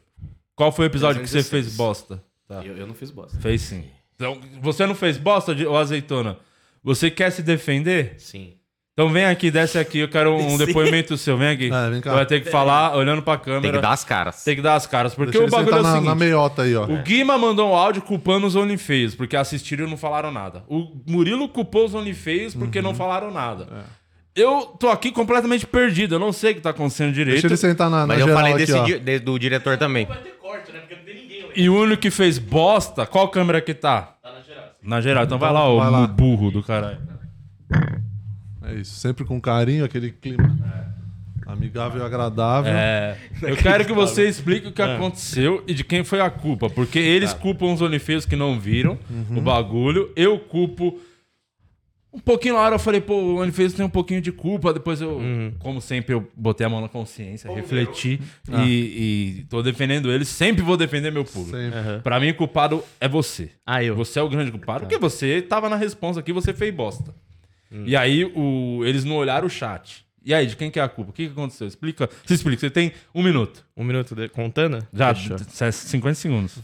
S1: Qual foi o episódio que você
S4: 306.
S1: fez bosta? Tá.
S4: Eu, eu não fiz bosta.
S1: Fez sim. Então, você não fez bosta, ô azeitona? Você quer se defender?
S4: Sim.
S1: Então vem aqui, desce aqui, eu quero um
S3: (laughs) Sim.
S1: depoimento seu, vem aqui.
S2: É, vem cá.
S1: Vai ter que falar olhando pra
S3: Tem que
S1: câmera,
S3: dar as caras.
S1: tem que dar as caras. Porque
S2: Deixa
S1: o
S2: ele
S1: bagulho é
S2: sentar
S1: o
S2: na,
S1: seguinte,
S2: na meiota aí, ó.
S1: o Guima mandou um áudio culpando os OnlyFans, porque assistiram e não falaram nada. O Murilo culpou os OnlyFans porque
S2: Uhum.
S1: não falaram nada.
S2: É.
S1: Eu tô aqui completamente perdido, eu não sei o que tá acontecendo direito.
S2: Deixa ele sentar na, na
S3: Mas eu
S2: geral
S3: falei
S2: aqui,
S3: desse
S2: ó.
S3: di- de- do diretor também.
S4: ter corte, né? Porque não tem ninguém lá.
S1: E o único que fez bosta, qual câmera que tá?
S4: Tá na geral.
S1: Na geral, então vai lá, ô
S2: vai lá.
S1: burro do caralho.
S2: É isso, sempre com carinho, aquele clima. Amigável e agradável.
S1: É, eu quero que você explique o que aconteceu e de quem foi a culpa. Porque eles culpam os onifeios que não viram o bagulho. Eu culpo. Um pouquinho na hora eu falei, pô, o Onifeios tem um pouquinho de culpa. Depois eu, como sempre, eu botei a mão na consciência, refleti e, e tô defendendo eles. Sempre vou defender meu público.
S2: Sempre.
S1: Pra mim, o culpado é você.
S3: Ah, eu.
S1: Você é o grande culpado, porque você tava na responsa aqui, você fez bosta. E aí o, eles não olharam o chat. E aí, de quem que é a culpa? O que, que aconteceu? Explica. Se explica, você tem um minuto.
S6: Um minuto de- contando?
S1: Já,
S6: Fechou.
S1: d- c- 50 segundos.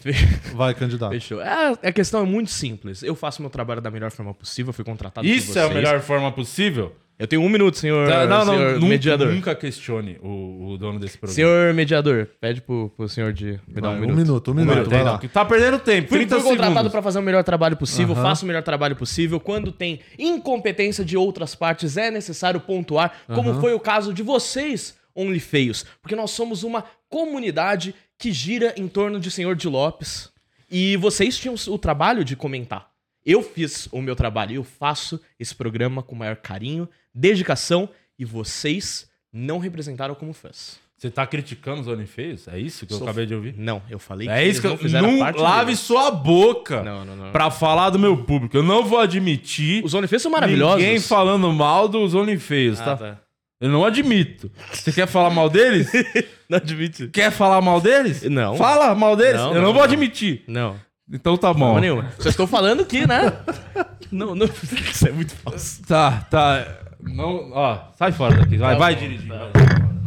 S2: Vai,
S1: Ah.
S2: candidato.
S6: Fechou. É, a questão é muito simples. Eu faço meu trabalho da melhor forma possível, fui contratado por
S1: Isso é a
S6: vocês.
S1: melhor forma possível?
S6: Eu tenho um minuto, senhor,
S1: Tá, não, não,
S6: senhor
S1: nunca,
S6: mediador.
S1: nunca questione o, o dono desse programa.
S6: Senhor mediador, pede pro, pro senhor de me dar
S2: Vai,
S6: um
S2: um
S6: minuto.
S2: minuto, um
S1: Não,
S2: minuto,
S1: tem
S2: vai
S1: não,
S2: lá.
S1: que tá perdendo tempo.
S6: Fui,
S1: 30
S6: fui contratado
S1: segundos.
S6: pra fazer o melhor trabalho possível, faço o melhor trabalho possível. Quando tem incompetência de outras partes, é necessário pontuar, como foi o caso de vocês, Only Feios. Porque nós somos uma comunidade que gira em torno de Senhor de Lopes. E vocês tinham o trabalho de comentar. Eu fiz o meu trabalho, eu faço esse programa com o maior carinho, dedicação, e vocês não representaram como fãs.
S1: Você tá criticando os Onifeios? É isso que eu
S6: Sou-
S1: acabei de ouvir?
S6: Não, eu falei
S1: É isso
S6: eles
S1: que
S6: não
S1: eu.
S6: fizeram
S1: Não
S6: parte
S1: lave
S6: deles.
S1: sua boca
S6: Não, não, não.
S1: pra falar do meu público. Eu não vou admitir.
S6: Os Only Feios são maravilhosos.
S1: Ninguém falando mal dos OnlyFans,
S6: Ah,
S1: tá?
S6: tá.
S1: Eu não admito. Você quer falar mal deles?
S6: (laughs) Não admite.
S1: quer falar mal deles?
S6: Não.
S1: Fala mal deles?
S6: Não,
S1: eu não,
S6: não,
S1: vou
S6: não.
S1: admitir.
S6: Não.
S1: Então tá bom.
S6: Porra nenhuma. Só estou falando que, né? (laughs) Não, não. Isso é muito falso.
S1: Tá, tá. Não, ó, sai fora daqui. Vai, vai dirigir.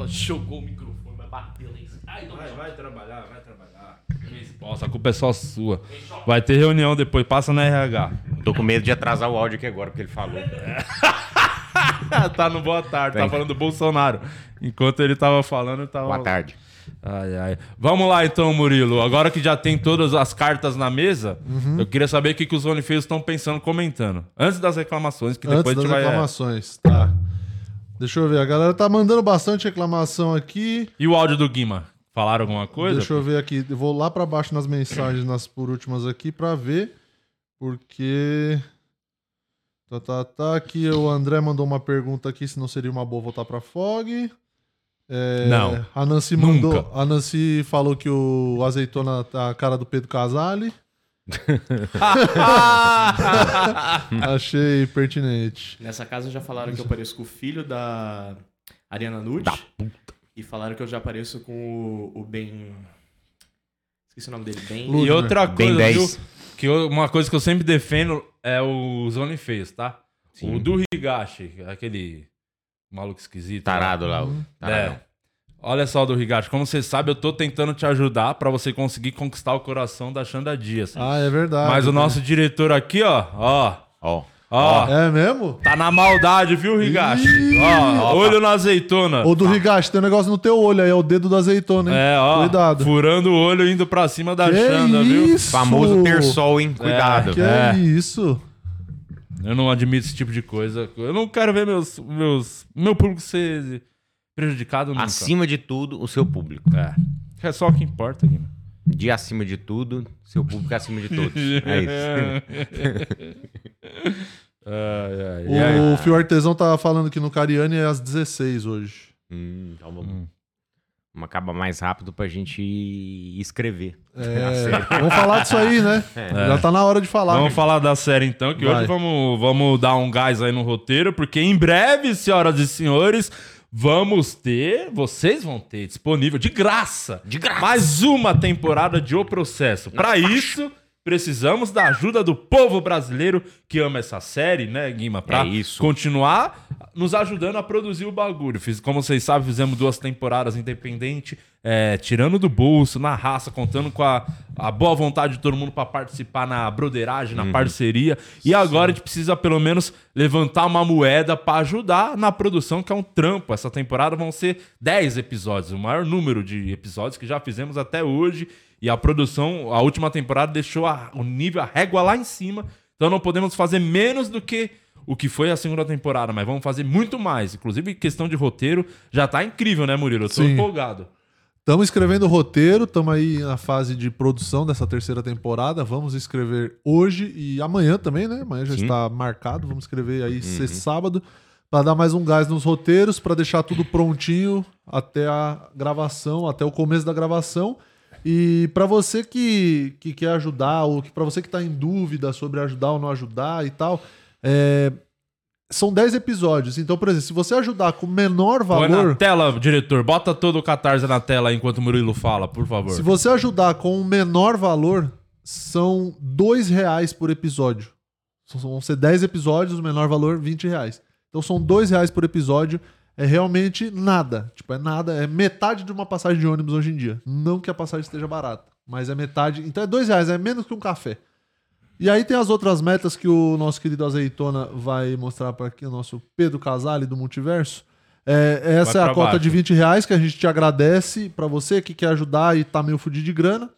S6: Jogou o microfone, vai bater lá em cima. Ai, não.
S1: Vai trabalhar, vai trabalhar. Nossa, a culpa é só sua. Vai ter reunião depois, passa na RH.
S3: Tô com medo de atrasar o áudio aqui agora, porque ele falou.
S1: tá no boa tarde, tá
S3: Vem.
S1: falando do Bolsonaro. Enquanto ele tava falando, eu tava.
S3: Boa tarde.
S1: Ai, ai. Vamos lá então, Murilo. Agora que já tem todas as cartas na mesa, eu queria saber o que, que os OnlyFans estão pensando, comentando. Antes das reclamações, que
S2: Antes
S1: depois a
S2: das
S1: gente vai. é.
S2: reclamações, tá. Deixa eu ver, a galera tá mandando bastante reclamação aqui.
S1: E o áudio do Guima? Falaram alguma coisa?
S2: Deixa eu ver aqui, eu vou lá pra baixo nas mensagens, nas por últimas aqui, pra ver, porque... Tá, tá, tá, aqui o André mandou uma pergunta aqui, se não seria uma boa voltar pra Fog. É,
S1: Não.
S2: A Nancy
S1: Nunca.
S2: mandou, a Nancy falou que o azeitona tá a cara do Pedro
S1: (laughs)
S2: Casale. (laughs) Achei pertinente.
S4: Nessa casa já falaram que eu pareço com o filho da Ariana Nucci. E falaram que eu já pareço com o, o Ben. Esqueci o nome dele. Ben.
S2: Lu-
S1: E outra
S3: Bem
S1: coisa, viu?
S3: 10.
S1: Que eu- uma coisa que eu sempre defendo é os OnlyFans, tá? O do Higashi, aquele maluco esquisito. lá.
S3: Tarado lá. o Taradão.
S1: É. Olha só, do Higashi, como você sabe, eu tô tentando te ajudar pra você conseguir conquistar o coração da Xanda Dias.
S2: Ah, é verdade.
S1: Mas o nosso diretor aqui, ó, ó,
S3: Ó.
S1: ó,
S2: É mesmo?
S1: Tá na maldade, viu, Higashi?
S2: Ih!
S1: Ó, olho na azeitona. (laughs)
S2: Ou do Rigaste, tem um negócio no teu olho aí, é o dedo da azeitona, hein?
S1: É, ó.
S2: né? Cuidado.
S1: Furando o olho e indo pra cima da
S2: Que
S1: Xanda, É, viu?
S2: isso?
S3: Famoso ter sol, hein? Cuidado.
S2: Que
S1: É.
S2: isso?
S1: Eu não admito esse tipo de coisa. Eu não quero ver meus, meus, meu público ser prejudicado nunca.
S3: Acima de tudo, o seu público.
S1: É. É só o que importa, Guima.
S3: De acima de tudo, seu público é acima de todos. É
S1: (laughs)
S3: isso.
S1: Ai, ai,
S2: O
S1: ai.
S2: Fio Artesão tá falando que no Cariani é às 16 hoje.
S3: Hum, então vamos. Vamos acabar mais rápido pra gente escrever.
S2: É, vamos falar disso aí, né? Já tá na hora de falar.
S1: Vamos falar da série então, que
S2: Vai.
S1: hoje vamos, vamos dar um gás aí no roteiro, porque em breve, senhoras e senhores, vamos ter, vocês vão ter disponível de graça,
S3: De graça.
S1: mais uma temporada de O Processo. Pra isso, Precisamos da ajuda do povo brasileiro que ama essa série, né, Guima? Pra
S3: É isso.
S1: continuar nos ajudando a produzir o bagulho. Fiz, como vocês sabem, fizemos duas temporadas independente, é, tirando do bolso, na raça, contando com a, a boa vontade de todo mundo pra participar na broderagem, na parceria. E agora a gente precisa, pelo menos, levantar uma moeda pra ajudar na produção, que é um trampo. Essa temporada vão ser 10 episódios, o maior número de episódios que já fizemos até hoje. E a produção, a última temporada, deixou a- o nível, a régua lá em cima. Então não podemos fazer menos do que o que foi a segunda temporada, mas vamos fazer muito mais. Inclusive, questão de roteiro, já tá incrível, né, Murilo? Eu tô
S2: Sim.
S1: empolgado.
S2: Estamos escrevendo o roteiro, estamos aí na fase de produção dessa terceira temporada. Vamos escrever hoje e amanhã também, né? Amanhã já
S3: Sim.
S2: está marcado. Vamos escrever aí
S1: Uhum.
S2: sexta e sábado para dar mais um gás nos roteiros, para deixar tudo prontinho até a gravação, até o começo da gravação. E para você que, que quer ajudar, ou que para você que está em dúvida sobre ajudar ou não ajudar e tal, é, são 10 episódios. Então, por exemplo, se você ajudar com o menor
S1: Põe
S2: valor.
S1: na tela, diretor. Bota todo o catarse na tela enquanto o Murilo fala, por favor.
S2: Se você ajudar com o menor valor, são dois reais por episódio. São- Vão ser 10 episódios, o menor valor, 20 reais. Então são dois reais por episódio. É realmente nada. Tipo, é nada. É metade de uma passagem de ônibus hoje em dia. Não que a passagem esteja barata, mas é metade. Então é dois reais, é menos que um café. E aí tem as outras metas que o nosso querido Azeitona vai mostrar para aqui, o nosso Pedro Casale do Multiverso. É, essa
S1: Vai
S2: é a
S1: pra
S2: cota
S1: baixo.
S2: de 20 reais que a gente te agradece para você que quer ajudar e tá meio fudido de grana.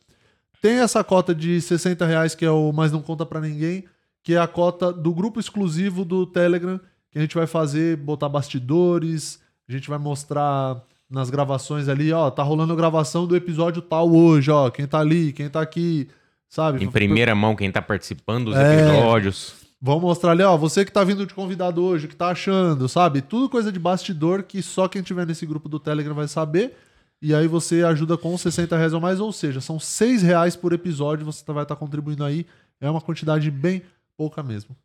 S2: Tem essa cota de 60 reais que é o Mas Não Conta Pra Ninguém, que é a cota do grupo exclusivo do Telegram, que a gente vai fazer, botar bastidores, a gente vai mostrar nas gravações ali, ó, tá rolando a gravação do episódio tal hoje, ó, quem tá ali, quem tá aqui, sabe?
S3: Em primeira mão, quem tá participando dos
S2: É.
S3: episódios.
S2: Vamos mostrar ali, ó, você que tá vindo de convidado hoje, o que tá achando, sabe? Tudo coisa de bastidor que só quem tiver nesse grupo do Telegram vai saber. E aí você ajuda com 60 reais ou mais, ou seja, são 6 reais por episódio, você tá- vai estar contribuindo aí. É uma quantidade bem pouca mesmo.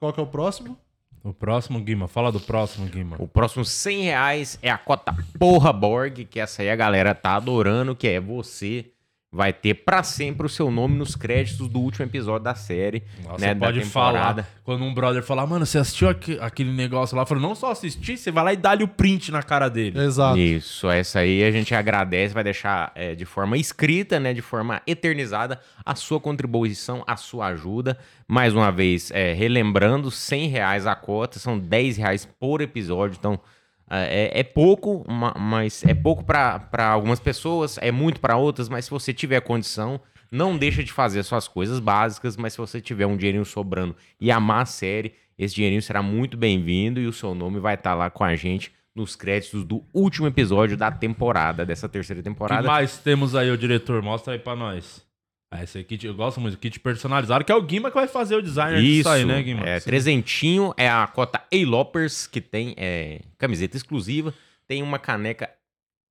S2: Qual que é o próximo?
S1: O próximo, Guima. Fala do próximo, Guima.
S3: O próximo 100 reais é a cota Porra Borg, que essa aí a galera tá adorando, que é você vai ter pra sempre o seu nome nos créditos do último episódio da série.
S1: Nossa,
S3: né,
S1: você
S3: da
S1: pode
S3: temporada.
S1: falar. Quando um brother falar, mano, você assistiu aque- aquele negócio lá? Falou, não só assisti, você vai lá e dá-lhe o print na cara dele.
S2: Exato.
S3: Isso, essa aí a gente agradece, vai deixar é, de forma escrita, né, de forma eternizada, a sua contribuição, a sua ajuda. Mais uma vez, é, relembrando, 100 reais a cota, são 10 reais por episódio, então é, é pouco, ma- mas é pouco para algumas pessoas, é muito para outras, mas se você tiver condição, não deixa de fazer suas coisas básicas, mas se você tiver um dinheirinho sobrando e amar a série, esse dinheirinho será muito bem-vindo e o seu nome vai estar lá com a gente nos créditos do último episódio da temporada, dessa terceira
S1: O
S3: temporada.
S1: que mais temos aí, o diretor? Mostra aí pra nós. Ah, esse aqui, eu gosto muito, kit personalizado, que é o Guima que vai fazer o design disso
S3: Isso,
S1: aí, né, Guima?
S3: é,
S1: Sim.
S3: trezentinho é a cota A-Lopers, que tem é, camiseta exclusiva, tem uma caneca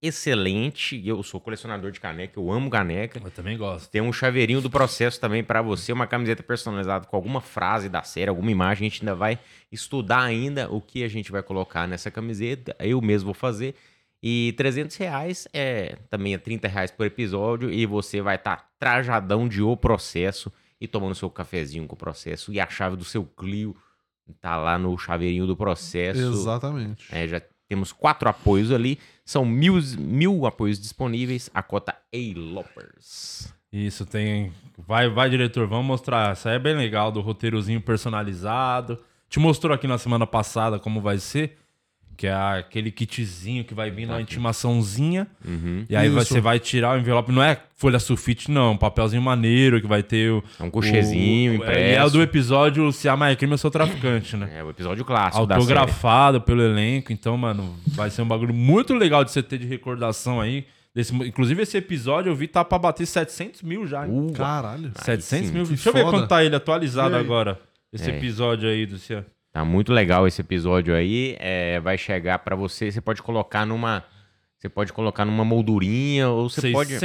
S3: excelente, e eu sou colecionador de caneca, eu amo caneca.
S1: Eu também gosto.
S3: Tem um chaveirinho do processo também pra você, uma camiseta personalizada com alguma frase da série, alguma imagem. A gente ainda vai estudar ainda o que a gente vai colocar nessa camiseta. Eu mesmo vou fazer. E 300 reais é também é 30 reais por episódio e você vai estar trajadão de o processo e tomando seu cafezinho com o processo e a chave do seu Clio tá lá no chaveirinho do processo.
S2: Exatamente.
S3: É, já temos quatro apoios ali, são mil, mil apoios disponíveis, a cota A-Lopers.
S1: Isso, tem. Vai, vai, diretor, vamos mostrar. Essa aí é bem legal, do roteirozinho personalizado. Te mostrou aqui na semana passada como vai ser. Que é aquele kitzinho que vai
S3: Tá
S1: vir na intimaçãozinha.
S3: Uhum.
S1: E aí vai-
S2: Isso.
S1: você vai tirar o envelope. Não é folha sulfite, não. É um papelzinho maneiro que vai ter o.
S3: É um cochezinho
S1: o-
S3: impresso.
S1: É, e é o do episódio Se Amar é Crime, Eu Sou Traficante, né?
S3: É o episódio clássico da série.
S1: autografado pelo elenco. Então, mano, vai ser um bagulho muito legal de você ter de recordação aí. Desse, inclusive, esse episódio eu vi tá pra bater 700 mil já. hein?
S2: Caralho.
S1: 700
S3: Uh, sim.
S1: mil.
S2: Que
S1: Deixa eu ver
S2: foda.
S1: quanto tá ele atualizado
S2: E aí?
S1: agora. Esse
S3: É.
S1: episódio aí do Cia.
S3: Tá muito legal esse episódio aí. é, vai chegar pra você. Você pode colocar numa. Você pode colocar numa moldurinha ou você pode.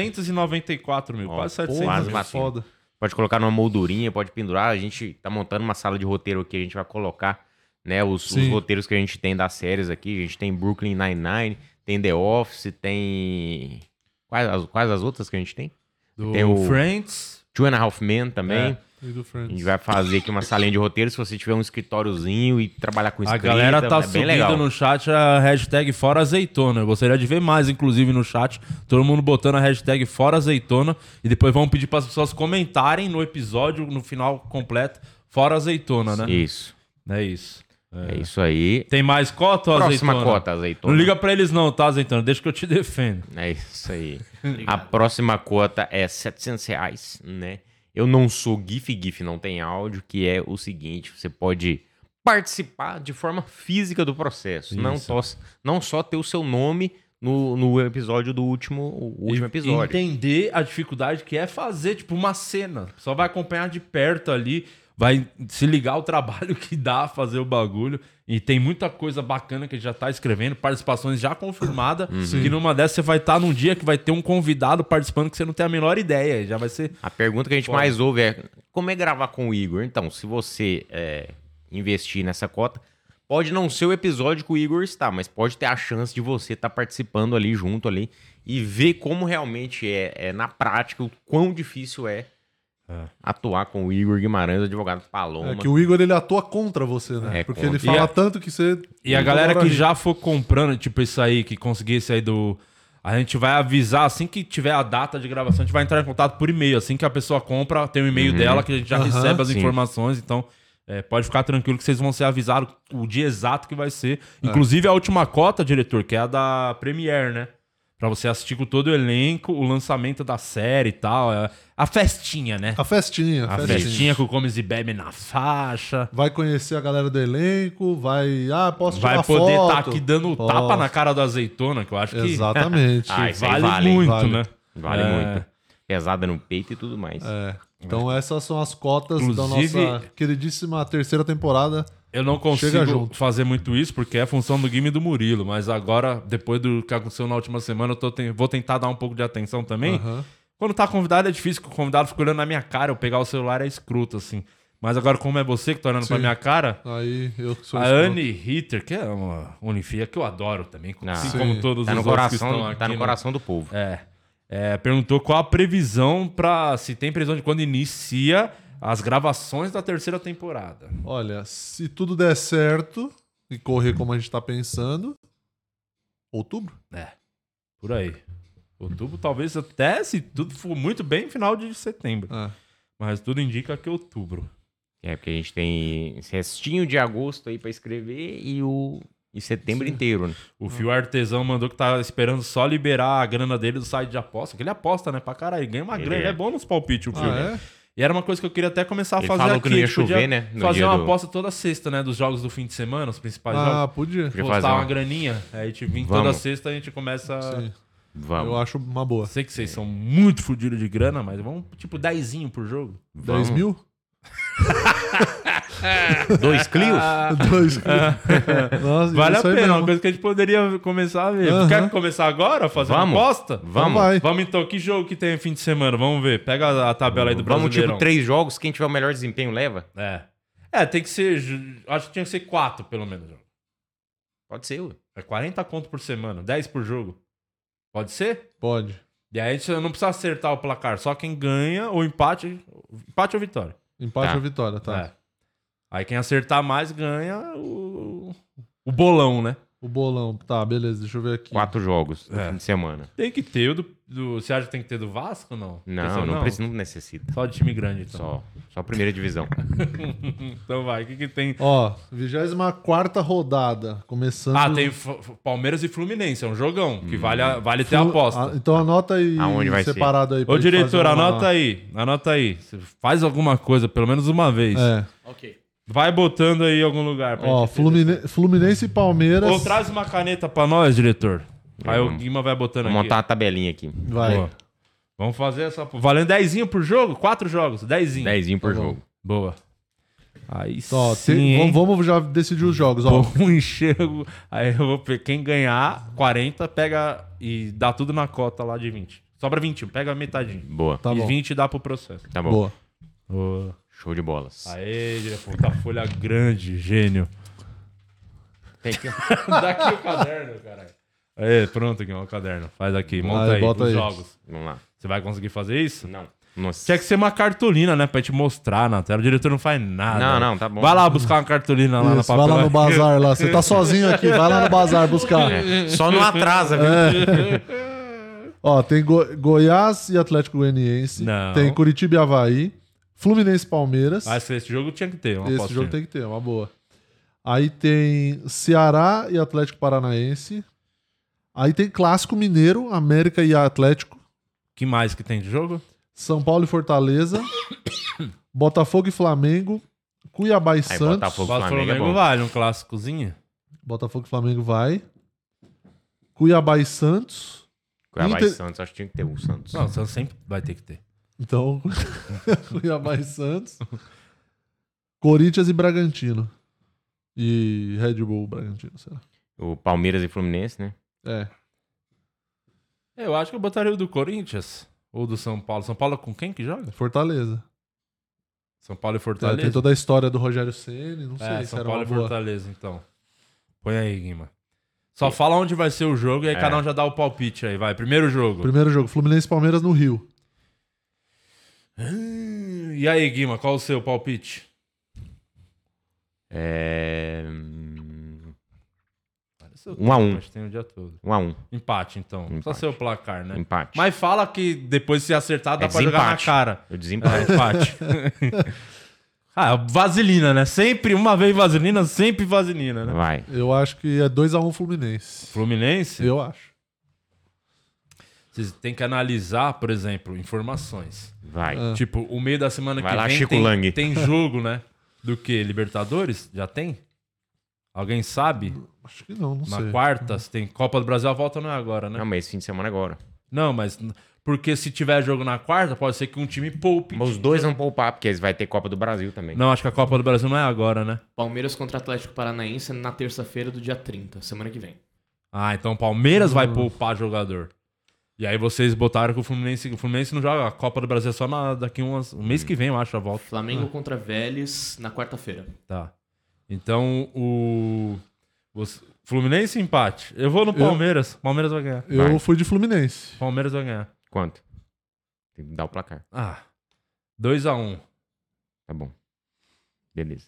S1: 694 mil,
S3: Ó,
S1: quase
S3: pô,
S1: 700
S3: quase
S1: mil.
S3: mas-
S2: Foda.
S3: Pode colocar numa moldurinha, pode pendurar. A gente tá montando uma sala de roteiro aqui, a gente vai colocar, né, os, os
S2: Sim.
S3: roteiros que a gente tem das séries aqui. A gente tem Brooklyn Nine-Nine, tem The Office, tem. Quais as, quais as outras que a gente tem?
S1: Do
S3: Tem o
S1: Friends,
S3: Two and a Half Men
S1: É.
S3: também.
S2: E do
S3: A gente
S2: Friends.
S3: vai fazer aqui uma salinha de roteiro se você tiver um escritóriozinho e trabalhar com
S1: A
S3: escrita.
S1: galera tá
S3: é bem legal.
S1: subindo no chat a hashtag Fora Azeitona. Eu gostaria de ver mais, inclusive, no chat. Todo mundo botando a hashtag Fora Azeitona. E depois vão pedir para as pessoas comentarem no episódio, no final completo, Fora Azeitona, né?
S3: Isso.
S1: É isso.
S3: É. isso aí.
S1: Tem mais cota ou
S3: Próxima
S1: azeitona?
S3: cota, azeitona.
S1: Não liga pra eles não, tá, azeitona? Deixa que eu te defendo.
S3: É isso
S1: (laughs)
S3: aí. a próxima cota é 700 reais, né? Eu não sou GIF, GIF não tem áudio, que é o seguinte, você pode participar de forma física do processo. Não,
S1: Isso.
S3: tos- não só ter o seu nome no, no episódio do último, o último episódio.
S1: Entender a dificuldade que é fazer, tipo, uma cena. Só vai acompanhar de perto ali, vai se ligar ao trabalho (laughs) que dá fazer o bagulho. E tem muita coisa bacana que a gente já tá escrevendo, participações já confirmadas.
S3: Uhum.
S1: Que numa dessas você vai estar num dia que vai ter um convidado participando que você não tem a menor ideia. Já vai ser.
S3: A pergunta que a gente
S1: Pode.
S3: mais ouve é: como é gravar com o Igor? Então, se você é, investir nessa cota, pode não ser o episódio que o Igor está, mas pode ter a chance de você estar participando ali junto ali e ver como realmente é, é na prática, o quão difícil é, atuar com o Igor Guimarães, advogado Paloma.
S2: É que o Igor ele atua contra você, né?
S3: É,
S2: Porque
S3: contra.
S2: ele fala
S1: E a-
S2: tanto que você.
S1: E a
S2: Toda
S1: galera
S2: hora
S1: que
S2: ele-
S1: já for comprando, tipo esse aí, que conseguir esse aí do. A gente vai avisar assim que tiver a data de gravação, a gente vai entrar em contato por e-mail. Assim que a pessoa compra, tem o e-mail dela que a gente já
S2: Aham,
S1: recebe as
S3: sim.
S1: informações. Então, é, pode ficar tranquilo que vocês vão ser avisados o dia exato que vai ser. Inclusive, a última cota, diretor, que é a da Premiere, né? Pra você assistir com todo o elenco, o lançamento da série e tal. é- A festinha, né?
S2: A festinha,
S1: A,
S2: festinha.
S1: festinha. com o Comes e Bebe na faixa.
S2: Vai conhecer a galera do elenco, vai. Ah, posso tirar
S1: Vai poder
S2: foto.
S1: estar aqui dando o
S2: Posso.
S1: tapa na cara da azeitona, que eu acho que (laughs)
S2: Exatamente.
S3: Ah, isso aí
S1: vale,
S3: vale, hein?
S1: muito,
S2: Vale.
S1: né?
S3: Vale
S1: É.
S3: muito. Pesada no peito e tudo mais.
S2: É. Então essas são as cotas
S1: Inclusive-
S2: da nossa queridíssima terceira temporada.
S1: Eu não
S2: Chega
S1: consigo
S2: junto.
S1: fazer muito isso porque é função do Guime e do Murilo, mas agora, depois do que aconteceu na última semana, eu tô ten- vou tentar dar um pouco de atenção também.
S2: Aham.
S1: Quando tá convidado é difícil, que o convidado fica olhando na minha cara, eu pegar o celular é escroto, assim. Mas agora, como é você que tá olhando pra
S2: Sim.
S1: minha cara,
S2: Aí eu que sou
S1: a
S2: escroto.
S1: Anne Ritter, que é uma unifia que eu adoro também,
S3: Ah,
S1: assim
S2: sim.
S1: como todos
S3: Tá no
S1: os outros que
S3: coração,
S1: estão aqui.
S3: tá no
S1: né?
S3: coração do povo.
S1: É. É, perguntou qual a previsão pra. se tem previsão de quando inicia as gravações da terceira temporada.
S2: Olha, se tudo der certo e correr como a gente tá pensando, outubro?
S1: Por aí. Outubro, talvez até se tudo for muito bem, final de setembro.
S2: É.
S1: Mas tudo indica que outubro.
S3: É, porque a gente tem esse restinho de agosto aí pra escrever e o e setembro inteiro, né?
S1: O Fio Artesão mandou que tá esperando só liberar a grana dele do site de aposta. Que ele aposta, né? Pra caralho, ele ganha uma
S3: Ele
S1: grana.
S3: é.
S1: É. bom nos palpites o Fio.
S2: Ah, é?
S1: E era uma coisa que eu queria até começar a
S3: Ele
S1: fazer
S3: falou
S1: aqui.
S3: que não ia
S1: a gente podia
S3: chover, né? No
S1: Fazer
S3: dia
S1: uma
S3: do-
S1: aposta toda sexta, né? Dos jogos do fim de semana, os principais jogos.
S2: Ah, podia.
S3: Podia fazer
S1: postar uma
S3: uma-
S1: graninha. Aí a gente vem
S3: um- Vamos.
S1: toda sexta a gente começa.
S2: Sim.
S3: Vamos.
S2: Eu acho uma
S1: Eu
S2: boa.
S1: sei que vocês são muito fodidos de grana, mas vamos tipo dezinho por jogo. (laughs)
S2: 10 mil?
S3: Dois Clios?
S2: Ah, Dois mil.
S1: (laughs)
S2: Nossa,
S1: Vale a
S2: isso aí
S1: pena, uma
S2: mesmo.
S1: coisa que a gente poderia começar a ver.
S2: Aham.
S1: Quer começar agora a fazer
S3: Vamos.
S1: uma aposta?
S2: Então
S3: Vamos.
S2: vai.
S1: Vamos então, que jogo que tem fim de semana? Vamos ver. Pega a- a tabela aí do
S3: Vamos,
S1: Brasileirão.
S3: tipo, três jogos. Quem tiver o melhor desempenho leva?
S1: É. É, tem que ser. ju- Acho que tinha que ser quatro, pelo menos.
S3: Pode ser, ué.
S1: É 40 conto por semana, 10 por jogo. Pode ser?
S2: Pode.
S1: E aí você não precisa acertar o placar, só quem ganha ou empate. Empate ou vitória.
S2: Empate
S3: Tá.
S2: ou vitória, tá.
S1: É. Aí quem acertar mais ganha o, o bolão, né?
S2: O bolão. Tá, beleza. Deixa eu ver aqui.
S3: Quatro jogos no
S1: É.
S3: fim de semana.
S1: Tem que ter o do, do- Você acha que tem que ter do Vasco ou não?
S3: Não,
S1: Pensando,
S3: não, precisa, não necessita.
S1: Só de time grande, então.
S3: Só, só a primeira divisão.
S1: Então vai, o que, que tem?
S2: Ó, 24 rodada. Começando.
S1: Ah, tem F- F- Palmeiras e Fluminense, é um jogão
S3: Hum.
S1: que vale, a- vale ter a aposta.
S2: Ah, então anota aí
S3: Aonde vai ser?
S2: separado aí. pra
S1: Ô
S2: gente
S1: diretor,
S2: fazer uma-
S1: anota aí, anota aí. Você Faz alguma coisa, pelo menos uma vez.
S2: É.
S4: Ok.
S1: Vai botando aí em algum lugar. pra
S2: Ó,
S1: gente
S2: Flumine- Fluminense e Palmeiras.
S1: Ou traz uma caneta pra nós, diretor. Aí o
S3: Vamos.
S1: Guima vai botando
S3: Vou
S1: aqui.
S3: montar uma tabelinha aqui.
S2: Vai.
S1: Boa. Vamos fazer essa. Valendo dezinho por jogo? Quatro jogos, dezinho.
S3: Dezinho por
S2: Tá bom.
S3: jogo.
S1: Boa. Aí sim.
S2: Então, ó, te-
S1: hein?
S2: vamos, vamos já decidir os jogos. Ó,
S1: Vamos encher. o- Aí eu vou pe- Quem ganhar 40, pega e dá tudo na cota lá de 20. Sobra 21, pega metadinho.
S3: Boa.
S2: Tá
S1: e
S2: bom.
S1: 20 dá pro processo.
S3: Tá bom.
S2: Boa.
S3: Show de bolas.
S1: Ah, Aê, diretor. Puta folha grande, gênio.
S3: Tem que...
S1: Dá aqui o caderno, caralho. Aê, pronto, aqui, ó, o caderno. Faz aqui, monta
S2: Aí,
S1: aí
S2: bota
S1: os
S2: aí.
S1: jogos.
S3: Vamos lá.
S1: Você vai conseguir fazer isso?
S3: Não. Nossa.
S1: Tinha que ser uma cartolina, né? Pra te mostrar na tela. O diretor não faz nada.
S3: Não, não, tá bom.
S1: Vai lá buscar uma cartolina lá na
S2: Isso, vai lá
S1: papel. né?
S2: no bazar lá. Você tá sozinho aqui, vai lá no bazar buscar.
S1: (laughs)
S3: É, Só não atrasa, viu?
S2: Ó, tem Go- Goiás e Atlético Goianiense.
S1: Não.
S2: Tem Curitiba e Havaí. Fluminense e Palmeiras.
S1: Mas esse jogo tinha que ter. Uma
S2: Esse
S1: apostinha.
S2: jogo tem que ter, é uma boa. Aí tem Ceará e Atlético Paranaense. Aí tem Clássico Mineiro, América e Atlético.
S1: que mais que tem de jogo?
S2: São Paulo e Fortaleza. (coughs) Botafogo e Flamengo. Cuiabá e
S3: Aí,
S2: Santos.
S3: Botafogo,
S1: Flamengo,
S3: Flamengo é
S1: Flamengo
S3: bom.
S1: vale, um clássicozinho.
S2: Botafogo e Flamengo vai. Cuiabá e Santos.
S3: Cuiabá e
S2: Inter-
S3: Santos, acho que tinha que ter um Santos.
S1: Não, o Santos sempre vai ter que ter.
S2: Então, (laughs) Cuiabá e Santos. Corinthians e Bragantino. E Red Bull Bragantino, será?
S3: O Palmeiras e Fluminense, né?
S2: É.
S1: Eu acho que eu botaria o do Corinthians ou do São Paulo. São Paulo é com quem que joga?
S2: Fortaleza.
S1: São Paulo e
S2: É, tem
S1: Fortaleza.
S2: toda a história do Rogério Ceni, não sei
S1: É,
S2: se
S1: São
S2: era
S1: Paulo
S2: uma
S1: e
S2: boa.
S1: Fortaleza, então. Põe aí, Guima. Só fala onde vai ser o jogo
S2: É.
S1: e aí cada um já dá o palpite aí, vai. Primeiro jogo.
S2: Primeiro jogo, Fluminense e Palmeiras no Rio.
S1: Hum, E aí, Guima, qual o seu palpite?
S3: É. hum,
S1: Um
S3: Um a um.
S1: Tem o dia todo.
S3: Um a um.
S1: Empate, então. Só
S3: Empate.
S1: seu placar, né?
S3: Empate.
S1: Mas fala que depois se acertar dá
S3: É
S1: pra jogar na
S3: desempate.
S1: cara.
S3: Eu
S1: É,
S3: desempate.
S1: empate.
S3: (laughs)
S1: ah, vaselina, né? Sempre, uma vez vaselina, sempre vaselina, né?
S3: Vai.
S2: Eu acho que é 2x1 Fluminense.
S1: Fluminense,
S2: Eu acho.
S1: vocês têm que analisar, por exemplo, informações.
S3: Vai.
S2: Ah.
S1: Tipo, o meio da semana
S3: Vai
S1: que
S3: lá,
S1: vem
S3: Chico
S1: tem,
S3: Lang.
S1: tem jogo, né? Do que? Libertadores? Já tem? Alguém sabe?
S2: Acho que não, não
S1: Na
S2: sei.
S1: quarta, se tem Copa do Brasil, a volta não é agora, né?
S3: Não, mas esse fim de semana é agora.
S1: Não, mas... n- Porque se tiver jogo na quarta, pode ser que um time poupe.
S3: Mas os dois vão poupar, porque eles vai ter Copa do Brasil também.
S1: Não, acho que a Copa do Brasil não é agora, né?
S4: Palmeiras contra Atlético Paranaense na terça-feira do dia 30, semana que vem.
S1: Ah, então o Palmeiras vai poupar jogador. E aí vocês botaram que o Fluminense, o Fluminense não joga a Copa do Brasil é só na, daqui umas, um mês que vem, eu acho, a volta.
S4: Flamengo
S6: Ah.
S4: contra Vélez na quarta-feira.
S1: Tá. Então o você- Fluminense empate. Eu vou no
S2: Eu-
S1: Palmeiras. Palmeiras vai ganhar.
S2: Eu
S3: Vai.
S2: fui de Fluminense.
S1: Palmeiras vai ganhar.
S3: Quanto? Tem que dar o placar.
S1: Ah. 2 a 1.
S3: Tá bom. Beleza.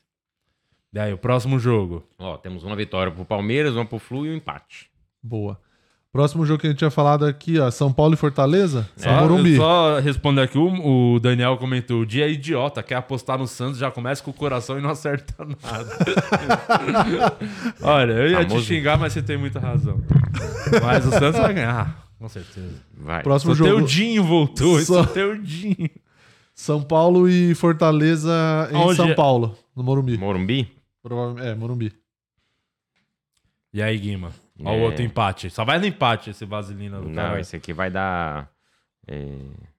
S1: Daí o próximo jogo.
S3: Ó, temos uma vitória pro Palmeiras, uma pro Flu e um empate.
S2: Boa. Próximo jogo que a gente tinha falado aqui, ó. São Paulo e Fortaleza.
S1: Só,
S2: São É. Morumbi.
S1: É, eu só responder aqui, o, o Daniel comentou: o dia é idiota, quer apostar no Santos, já começa com o coração e não acerta (laughs) nada. Olha, eu ia
S3: Famoso.
S1: te xingar, mas você tem muita razão. Mas o Santos vai ganhar, com certeza.
S3: Vai.
S2: Próximo
S1: O
S2: jogo.
S1: Teudinho voltou,
S2: Só-
S1: isso Teudinho.
S2: São Paulo e Fortaleza em
S1: Aonde
S2: São
S1: é?
S2: Paulo, no Morumbi.
S3: Morumbi?
S2: Provavelmente- É, Morumbi.
S1: E aí, Guima? Olha o
S3: É.
S1: outro empate. Só vai no empate esse vaselina do
S3: Não, tá.
S1: cara.
S3: esse aqui vai dar é,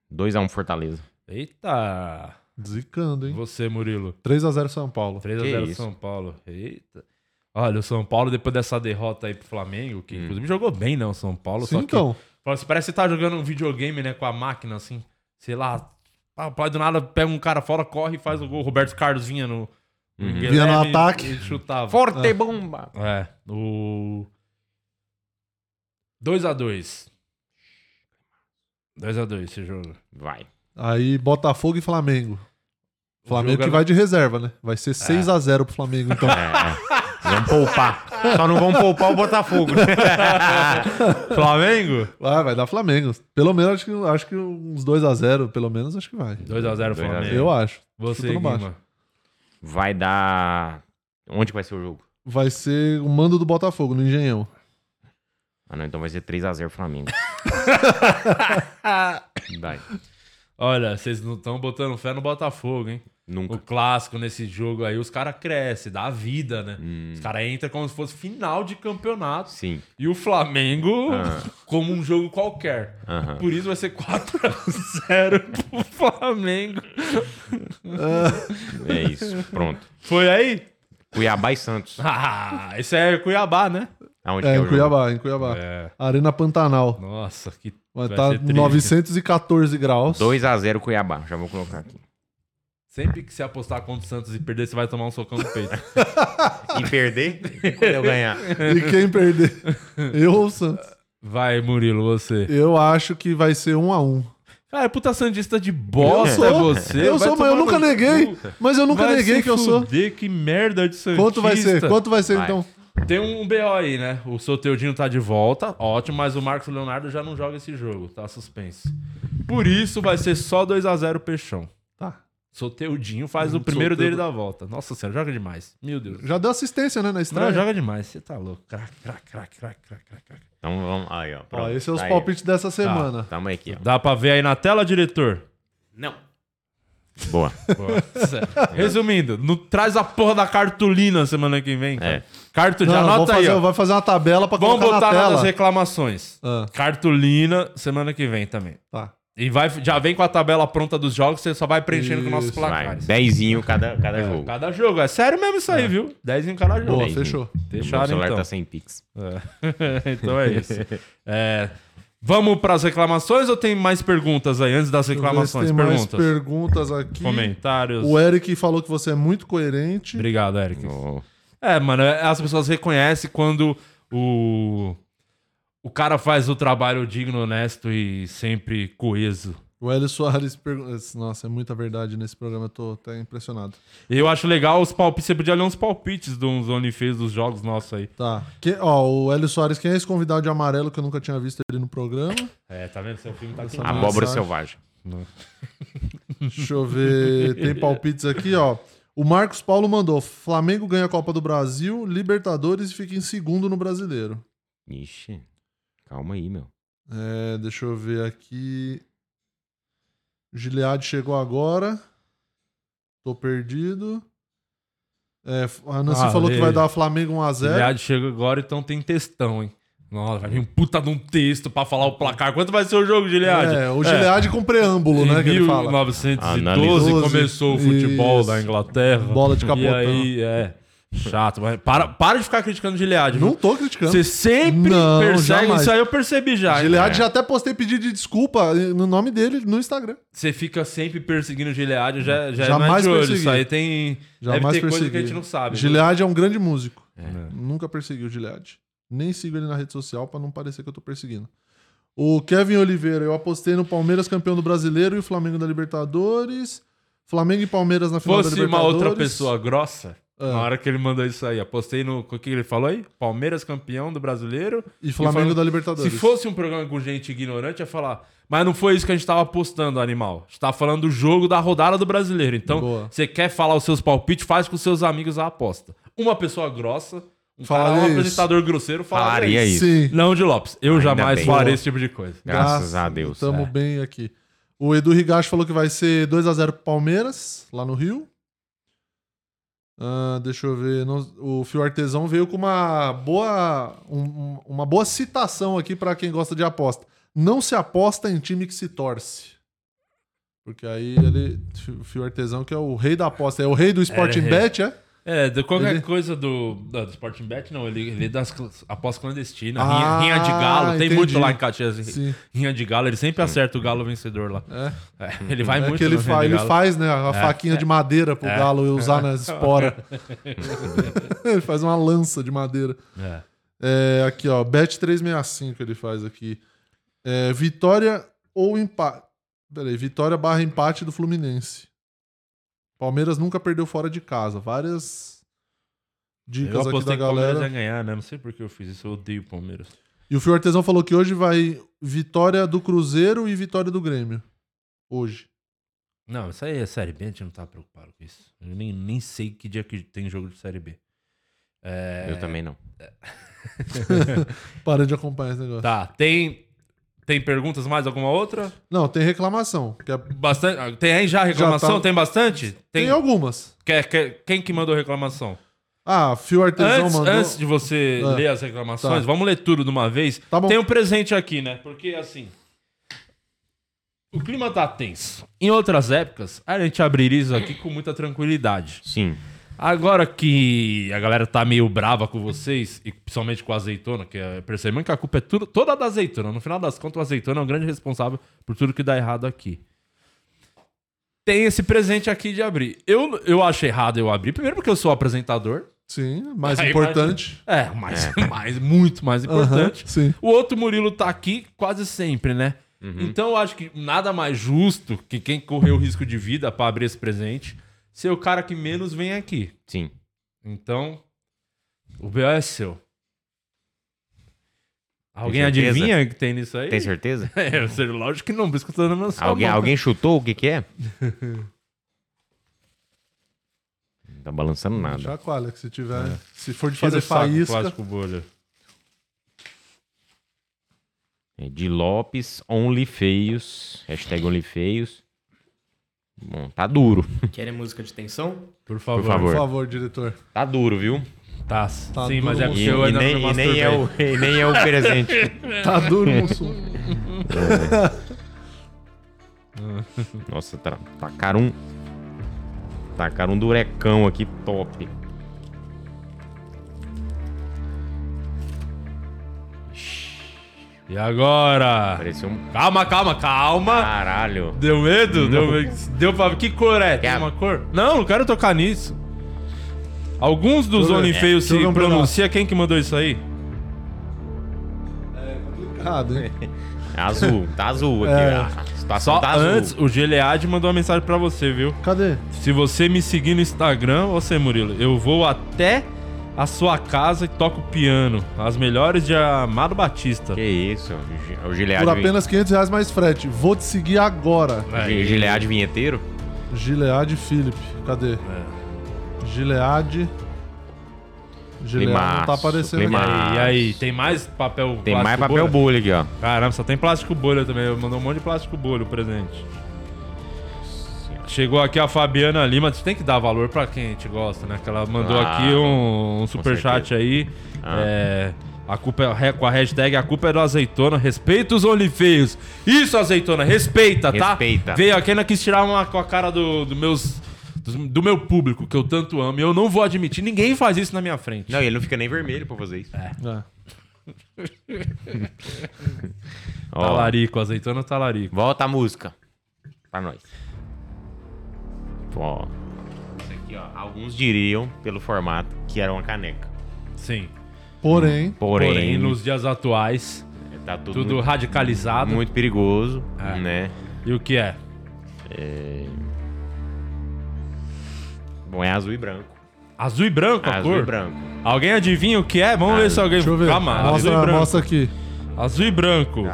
S3: 2x1 Fortaleza.
S1: Eita!
S2: Zicando, hein?
S1: Você, Murilo.
S2: 3x0 São Paulo.
S1: 3x0
S3: isso.
S1: São Paulo. Eita. Olha, o São Paulo, depois dessa derrota aí pro Flamengo, que inclusive jogou bem, né? O São Paulo.
S2: Sim,
S1: só que
S2: então.
S1: Parece, parece que você tá jogando um videogame, né? Com a máquina, assim. Sei lá. pá, pá, do nada pega um cara fora, corre e faz o gol. O Roberto Carlos vinha no. no Guilherme
S2: Vinha no ataque.
S1: E chutava.
S3: Forte bomba!
S1: É. O. 2x2. 2x2 esse jogo.
S3: Vai.
S2: Aí Botafogo e Flamengo. Flamengo
S1: jogo
S2: que
S1: é-
S2: vai de reserva, né? Vai ser 6x0 pro Flamengo,
S1: (laughs)
S2: então.
S3: Vamos poupar. Só não vão poupar o Botafogo. né? (laughs)
S1: Flamengo?
S2: Ah, Vai, vai dar Flamengo. Pelo menos, acho que, acho que uns 2x0, pelo menos, acho que vai.
S1: 2x0 Flamengo.
S2: Eu acho.
S1: Você,
S2: Chutando baixo.
S1: Guima.
S3: Vai dar. Onde que vai ser o jogo?
S2: Vai ser o mando do Botafogo, no Engenhão.
S3: Ah, não, então vai ser
S1: (laughs)
S3: 3x0 Flamengo. vai.
S1: Olha, vocês não estão botando fé no Botafogo, hein?
S3: Nunca.
S1: O clássico nesse jogo aí, os caras crescem, dá a vida, né? Os caras entram como se fosse final de campeonato.
S3: Sim.
S1: E o Flamengo, como um jogo qualquer.
S3: Aham.
S1: Por isso vai ser 4x0 pro Flamengo.
S3: É isso. Pronto.
S1: Foi aí?
S3: Cuiabá e Santos.
S1: Ah, isso é Cuiabá, né?
S3: Aonde que
S2: É,
S3: é
S2: em
S3: o jogo?
S2: Cuiabá, em Cuiabá.
S1: É.
S2: Arena Pantanal.
S1: Nossa, que.
S2: Vai tá
S1: vai
S2: estar
S1: ser triste.
S2: 914 graus.
S3: 2x0 Cuiabá. Já vou colocar aqui.
S1: Sempre que você apostar contra o Santos e perder, você vai tomar um socão no peito.
S3: E perder? (laughs) Quando eu ganhar?
S2: E quem
S1: (laughs)
S2: perder? Eu ou o Santos?
S1: Vai, Murilo, você.
S2: Eu acho que vai ser 1x1.
S1: Cara, puta sandista de bosta é
S2: Eu sou.
S1: você.
S2: Eu
S1: vai
S2: sou, mas
S1: tomar
S2: eu nunca
S1: no
S2: neguei.
S1: cu.
S2: Mas eu nunca
S1: Vai
S2: neguei
S1: se
S2: que eu sou.
S1: fuder, que merda de sandista.
S2: Quanto vai ser? Quanto vai ser,
S3: Vai.
S2: então?
S1: Tem um BO aí, né? O Soteudinho tá de volta, ótimo, mas o Marcos Leonardo já não joga esse jogo, tá suspenso. Por isso vai ser só 2x0 Peixão.
S2: Tá.
S1: Soteudinho faz o
S2: Hum,
S1: primeiro
S2: Soteudo.
S1: dele da volta. Nossa senhora, joga demais. Meu Deus.
S2: Já deu assistência, né, na
S1: Não,
S2: estreia?
S1: joga demais, você tá louco. Crac, crac, crac, crac, crac, crac, crac.
S3: Então vamos. Aí, ó.
S2: Ó,
S3: pronto. Tá
S2: esses são os
S1: tá
S3: Aí, ó.
S2: palpites dessa semana.
S3: Tamo aqui, ó.
S1: Dá pra ver aí na tela, (laughs) diretor?
S4: Não.
S6: (laughs)
S3: Boa.
S1: Boa. Resumindo, no- traz a porra da cartolina semana que vem. Cara.
S3: É.
S1: Carto,
S2: Não,
S1: já
S2: vamos
S1: anota aí.
S2: fazer,
S1: ó.
S2: vai fazer uma tabela pra
S1: Vamos
S2: colocar
S1: botar
S2: na
S1: nas
S2: tela.
S1: reclamações.
S2: Ah,
S1: Cartolina semana que vem também.
S2: tá.
S1: E vai, já vem com a tabela pronta dos jogos, você só vai preenchendo com nossos
S2: Isso.
S3: Vai.
S1: placares.
S3: Dezinho cada, cada
S1: É,
S3: jogo.
S1: Cada jogo. É sério mesmo isso aí, viu? 10 em cada jogo.
S2: Boa,
S3: Entendi.
S2: fechou.
S3: Meu
S1: Fecharam
S3: celular
S1: então.
S3: tá sem pix.
S1: É. (laughs) então é isso. É, vamos para as reclamações ou tem mais perguntas aí? Antes das
S2: Deixa eu ver se
S1: reclamações,
S2: Tem mais
S1: perguntas.
S2: perguntas aqui.
S1: Comentários.
S2: O Eric falou que você é muito coerente.
S1: Obrigado, Eric.
S3: Oh.
S1: É, mano, é- as pessoas reconhecem quando o, o cara faz o trabalho digno, honesto e sempre coeso.
S2: O Hélio Soares pergunta. Nossa, é muita verdade nesse programa, eu tô até impressionado.
S1: Eu acho legal os palpites. Você podia ler uns palpites dos OnlyFans dos jogos nossos aí.
S2: Tá. Que- ó, o Hélio Soares, quem é esse convidado de amarelo que eu nunca tinha visto ele no programa?
S1: É, tá vendo? Seu filme tá aqui.
S2: Essa-
S3: Abóbora
S2: mensagem.
S3: selvagem.
S2: Deixa
S1: (laughs)
S2: eu ver. Tem palpites aqui, ó. O Marcos Paulo mandou: Flamengo ganha a Copa do Brasil, Libertadores e fica em segundo no brasileiro.
S3: Ixi. Calma aí, meu.
S2: É, deixa eu ver aqui. Gilead chegou agora. Tô perdido. É, a Nancy
S1: Ah,
S2: falou que
S1: ele-
S2: vai dar Flamengo 1x0.
S1: Aliás, chega agora, então tem textão, hein? Nossa, vai vir um puta de um texto pra falar o placar. Quanto vai ser o jogo, É, Gilead?
S2: É, o Gilead com preâmbulo,
S1: Em
S2: né? Que ele fala.
S1: 1912
S2: Analisa.
S1: começou o futebol
S2: Isso.
S1: da Inglaterra.
S2: Bola de capotão.
S1: E aí, é. Chato. Mas para, para de ficar criticando o Gilead. viu?
S2: Não tô criticando.
S1: Você é. sempre
S2: Não,
S1: persegue.
S2: jamais.
S1: Isso aí eu percebi já. hein?
S2: Gilead já até postei pedido de desculpa eh, no nome dele no Instagram.
S1: Você fica sempre perseguindo o Gilead. eu Já, já
S2: Jamais
S1: é mais de olho.
S2: persegui.
S1: Isso aí tem. deve
S2: Jamais
S1: ter
S2: persegui.
S1: coisa que a gente não sabe. né?
S2: Gilead é um grande músico.
S1: É.
S2: Nunca persegui o Gilead. Nem sigo ele na rede social pra não parecer que eu tô perseguindo. O Kevin Oliveira, eu apostei no Palmeiras campeão do Brasileiro e o Flamengo da Libertadores. Flamengo e Palmeiras na
S1: Se
S2: final da
S1: fosse uma
S2: Libertadores.
S1: outra pessoa grossa,
S2: Ah.
S1: na hora que ele mandou isso aí, apostei no. O que ele falou aí? Palmeiras campeão do brasileiro.
S2: E Flamengo
S1: Flam-
S2: da Libertadores.
S1: Se fosse um programa com gente ignorante, ia falar. Mas não foi isso que a gente tava apostando, animal. A gente tava falando do jogo da rodada do brasileiro. Então,
S2: Boa.
S1: você quer falar os seus palpites, faz com seus amigos a aposta. Uma pessoa grossa, um, cara,
S2: Falaria
S1: um
S2: isso.
S1: apresentador grosseiro falaria
S3: Falaria
S1: isso.
S3: isso.
S2: Sim.
S1: Não de Lopes. Eu
S3: Ainda
S1: jamais
S3: bem.
S1: falarei esse tipo de coisa.
S3: Graças a Deus.
S2: Tamo
S3: É.
S2: bem aqui. O Edu Rigacho falou que vai ser 2x0 pro Palmeiras, lá no Rio. Ah, deixa eu ver. não- o Fio Artesão veio com uma boa, um- um- uma boa citação aqui pra quem gosta de aposta. Não se aposta em time que se torce. Porque aí ele. o Fio Artesão, que é o rei da aposta, é o rei do Sporting
S1: Ele é rei.
S2: Bet, é?
S1: É, de qualquer
S2: Ele-
S1: coisa do, da- do Sporting Bet, não. Ele, ele das cl- apostas clandestinas, rinha,
S2: Ah,
S1: rinha de galo. Tem
S2: entendi.
S1: muito lá em Caxias.
S2: Sim.
S1: Rinha de galo, ele sempre acerta o galo vencedor lá.
S2: É.
S1: É, ele vai
S2: É
S1: muito
S2: que ele,
S1: na
S2: fa-
S1: rinha de
S2: ele
S1: galo. É.
S2: faz, né? A faquinha de madeira pro galo usar na espora. (laughs) ele faz uma lança de madeira.
S1: É.
S2: É, aqui, ó. Bet 365 ele faz aqui. É, vitória ou empate. Peraí, vitória barra empate do Fluminense. Palmeiras nunca perdeu fora de casa. Várias
S1: Eu
S2: dicas aqui
S1: apostei
S2: da
S1: que o Palmeiras
S2: galera.
S1: ia ganhar, né? Não sei por que eu fiz isso, eu odeio o Palmeiras.
S2: E o Fio Artesão falou que hoje vai vitória do Cruzeiro e vitória do Grêmio. Hoje.
S1: Não, isso aí é Série B, a gente não tá preocupado com isso. Eu nem, nem sei que dia que tem jogo de Série B.
S3: É, Eu também não.
S2: Para de acompanhar esse negócio.
S1: Tá, tem. Tem perguntas mais? Alguma outra?
S2: Não, tem reclamação. que é- Tem,
S1: Bastante. ah, Tem aí já reclamação?
S2: Já tá. um-
S1: Tem bastante? Tem.
S2: algumas.
S1: Quer- quer- quem que mandou reclamação?
S2: Ah, Fio Artesão
S1: Antes,
S2: mandou.
S1: antes de você
S2: Ah,
S1: ler as reclamações,
S2: tá.
S1: vamos ler tudo de uma vez.
S2: Tá bom.
S1: Tem um presente aqui, né? Porque assim. O clima tá tenso. Em outras épocas, a gente abriria isso aqui com muita tranquilidade.
S3: Sim.
S1: Agora que a galera tá meio brava com vocês, e principalmente com a azeitona, que é, percebendo que a culpa é tudo, toda da azeitona. No final das contas, o azeitona é o grande responsável por tudo que dá errado aqui. Tem esse presente aqui de abrir. Eu, eu acho errado eu abrir, primeiro porque eu sou apresentador. (laughs)
S2: Sim, mais
S1: Aí,
S2: importante.
S1: É, (laughs) mais, mais muito mais
S2: Aham,
S1: importante.
S2: sim.
S1: O outro Murilo tá aqui quase sempre, né?
S3: Uhum.
S1: Então eu acho que nada mais justo que quem correu risco de vida para abrir esse presente ser o cara que menos vem aqui.
S3: Sim.
S1: Então, o BO é seu. Alguém
S3: certeza?
S1: adivinha o que tem nisso aí?
S3: Tem certeza?
S1: (laughs) É, ou seja, lógico que não, por isso que eu tô dando na sua
S3: Alguém,
S1: mão.
S3: alguém chutou o que que é? Não tá balançando nada.
S2: Chacoalha, que se tiver. Se for de
S1: Tira
S2: fazer
S1: o saco,
S2: faísca.
S1: plástico bolha.
S3: É de Lopes, Only Feios. Hashtag Only Feios. Bom, tá duro.
S4: Querem música de tensão?
S1: Por favor.
S3: favor.
S2: Por favor, diretor.
S3: Tá duro, viu?
S1: Tá,
S2: Tá
S1: sim, mas é
S2: duro,
S3: E,
S1: porque eu
S3: e
S1: ainda
S3: nem,
S1: não me
S3: e nem é o,
S1: masturbei.
S3: e nem
S1: (laughs)
S3: é o presente.
S2: Tá duro, Mussum.
S3: Nossa, tra- tacaram um. Tacaram um durecão aqui top.
S1: E agora?
S3: Pareceu um
S1: Calma, calma, calma.
S3: caralho.
S1: Deu medo? Deu, medo. deu pra... Que cor é? Tem
S3: Quer-
S1: uma cor? Não, não quero tocar nisso. Alguns dos
S2: Deixa eu ver.
S1: Zone
S2: É,
S1: Feios
S2: deixa eu
S1: se
S2: ver um pedaço.
S1: pronuncia. Quem que mandou isso aí?
S2: Errado, hein?
S3: É azul, tá azul aqui.
S2: É.
S3: A situação
S1: Só
S3: tá azul.
S1: antes, o Gelead mandou uma mensagem pra você, viu?
S2: Cadê?
S1: Se você me seguir no Instagram, você, Murilo, eu vou até a sua casa e toco piano. As melhores de Amado Batista.
S3: Que isso? o Gi- O Gilead,
S2: Por apenas 500 reais mais frete. Vou te seguir agora.
S1: Aí.
S3: Gilead vinheteiro?
S2: Gilead Philip. Cadê? Gilead. Gilead não tá
S3: Climaço,
S2: aparecendo
S1: E
S2: aqui.
S3: climaço.
S1: aí, e aí, tem mais papel
S3: Tem mais
S1: plástico
S3: papel
S1: bolha?
S3: bolha aqui, ó.
S1: Caramba, só tem plástico bolha também. Mandou um monte de plástico bolha o presente. Chegou aqui a Fabiana Lima. Você tem que dar valor pra quem a gente gosta, né? Que ela mandou
S3: Claro, Ah.
S1: aqui um, um superchat aí. É, a culpa é, re- com a hashtag A culpa é do azeitona. Respeita os olifeios. Isso, azeitona, respeita, tá?
S3: Respeita.
S1: Veio aqui, ainda quis tirar uma com a cara do, do meus. dos- Do meu público, que eu tanto amo, e eu não vou admitir, ninguém faz isso na minha frente.
S3: Não, ele não fica nem vermelho pra fazer isso. (laughs)
S1: Tá
S2: É.
S3: Ó,
S1: Talarico, azeitona talarico.
S3: volta a música. Pra nós. Ó. Isso aqui, ó. Alguns diriam, pelo formato, que era uma caneca.
S1: Sim.
S2: Porém,
S3: Porém,
S1: Porém, nos dias atuais,
S3: tá tudo,
S1: tudo
S3: muito-
S1: radicalizado.
S3: muito perigoso,
S1: É.
S3: né?
S1: E o que é?
S3: Bom, é azul e branco.
S1: Azul e branco a
S3: azul
S1: cor?
S3: e branco.
S1: Alguém adivinha o que é? Vamos ver se alguém.
S2: Ah, deixa eu ver.
S1: Calma, azul e
S2: mostra,
S1: branco.
S2: mostra aqui.
S1: Azul e branco.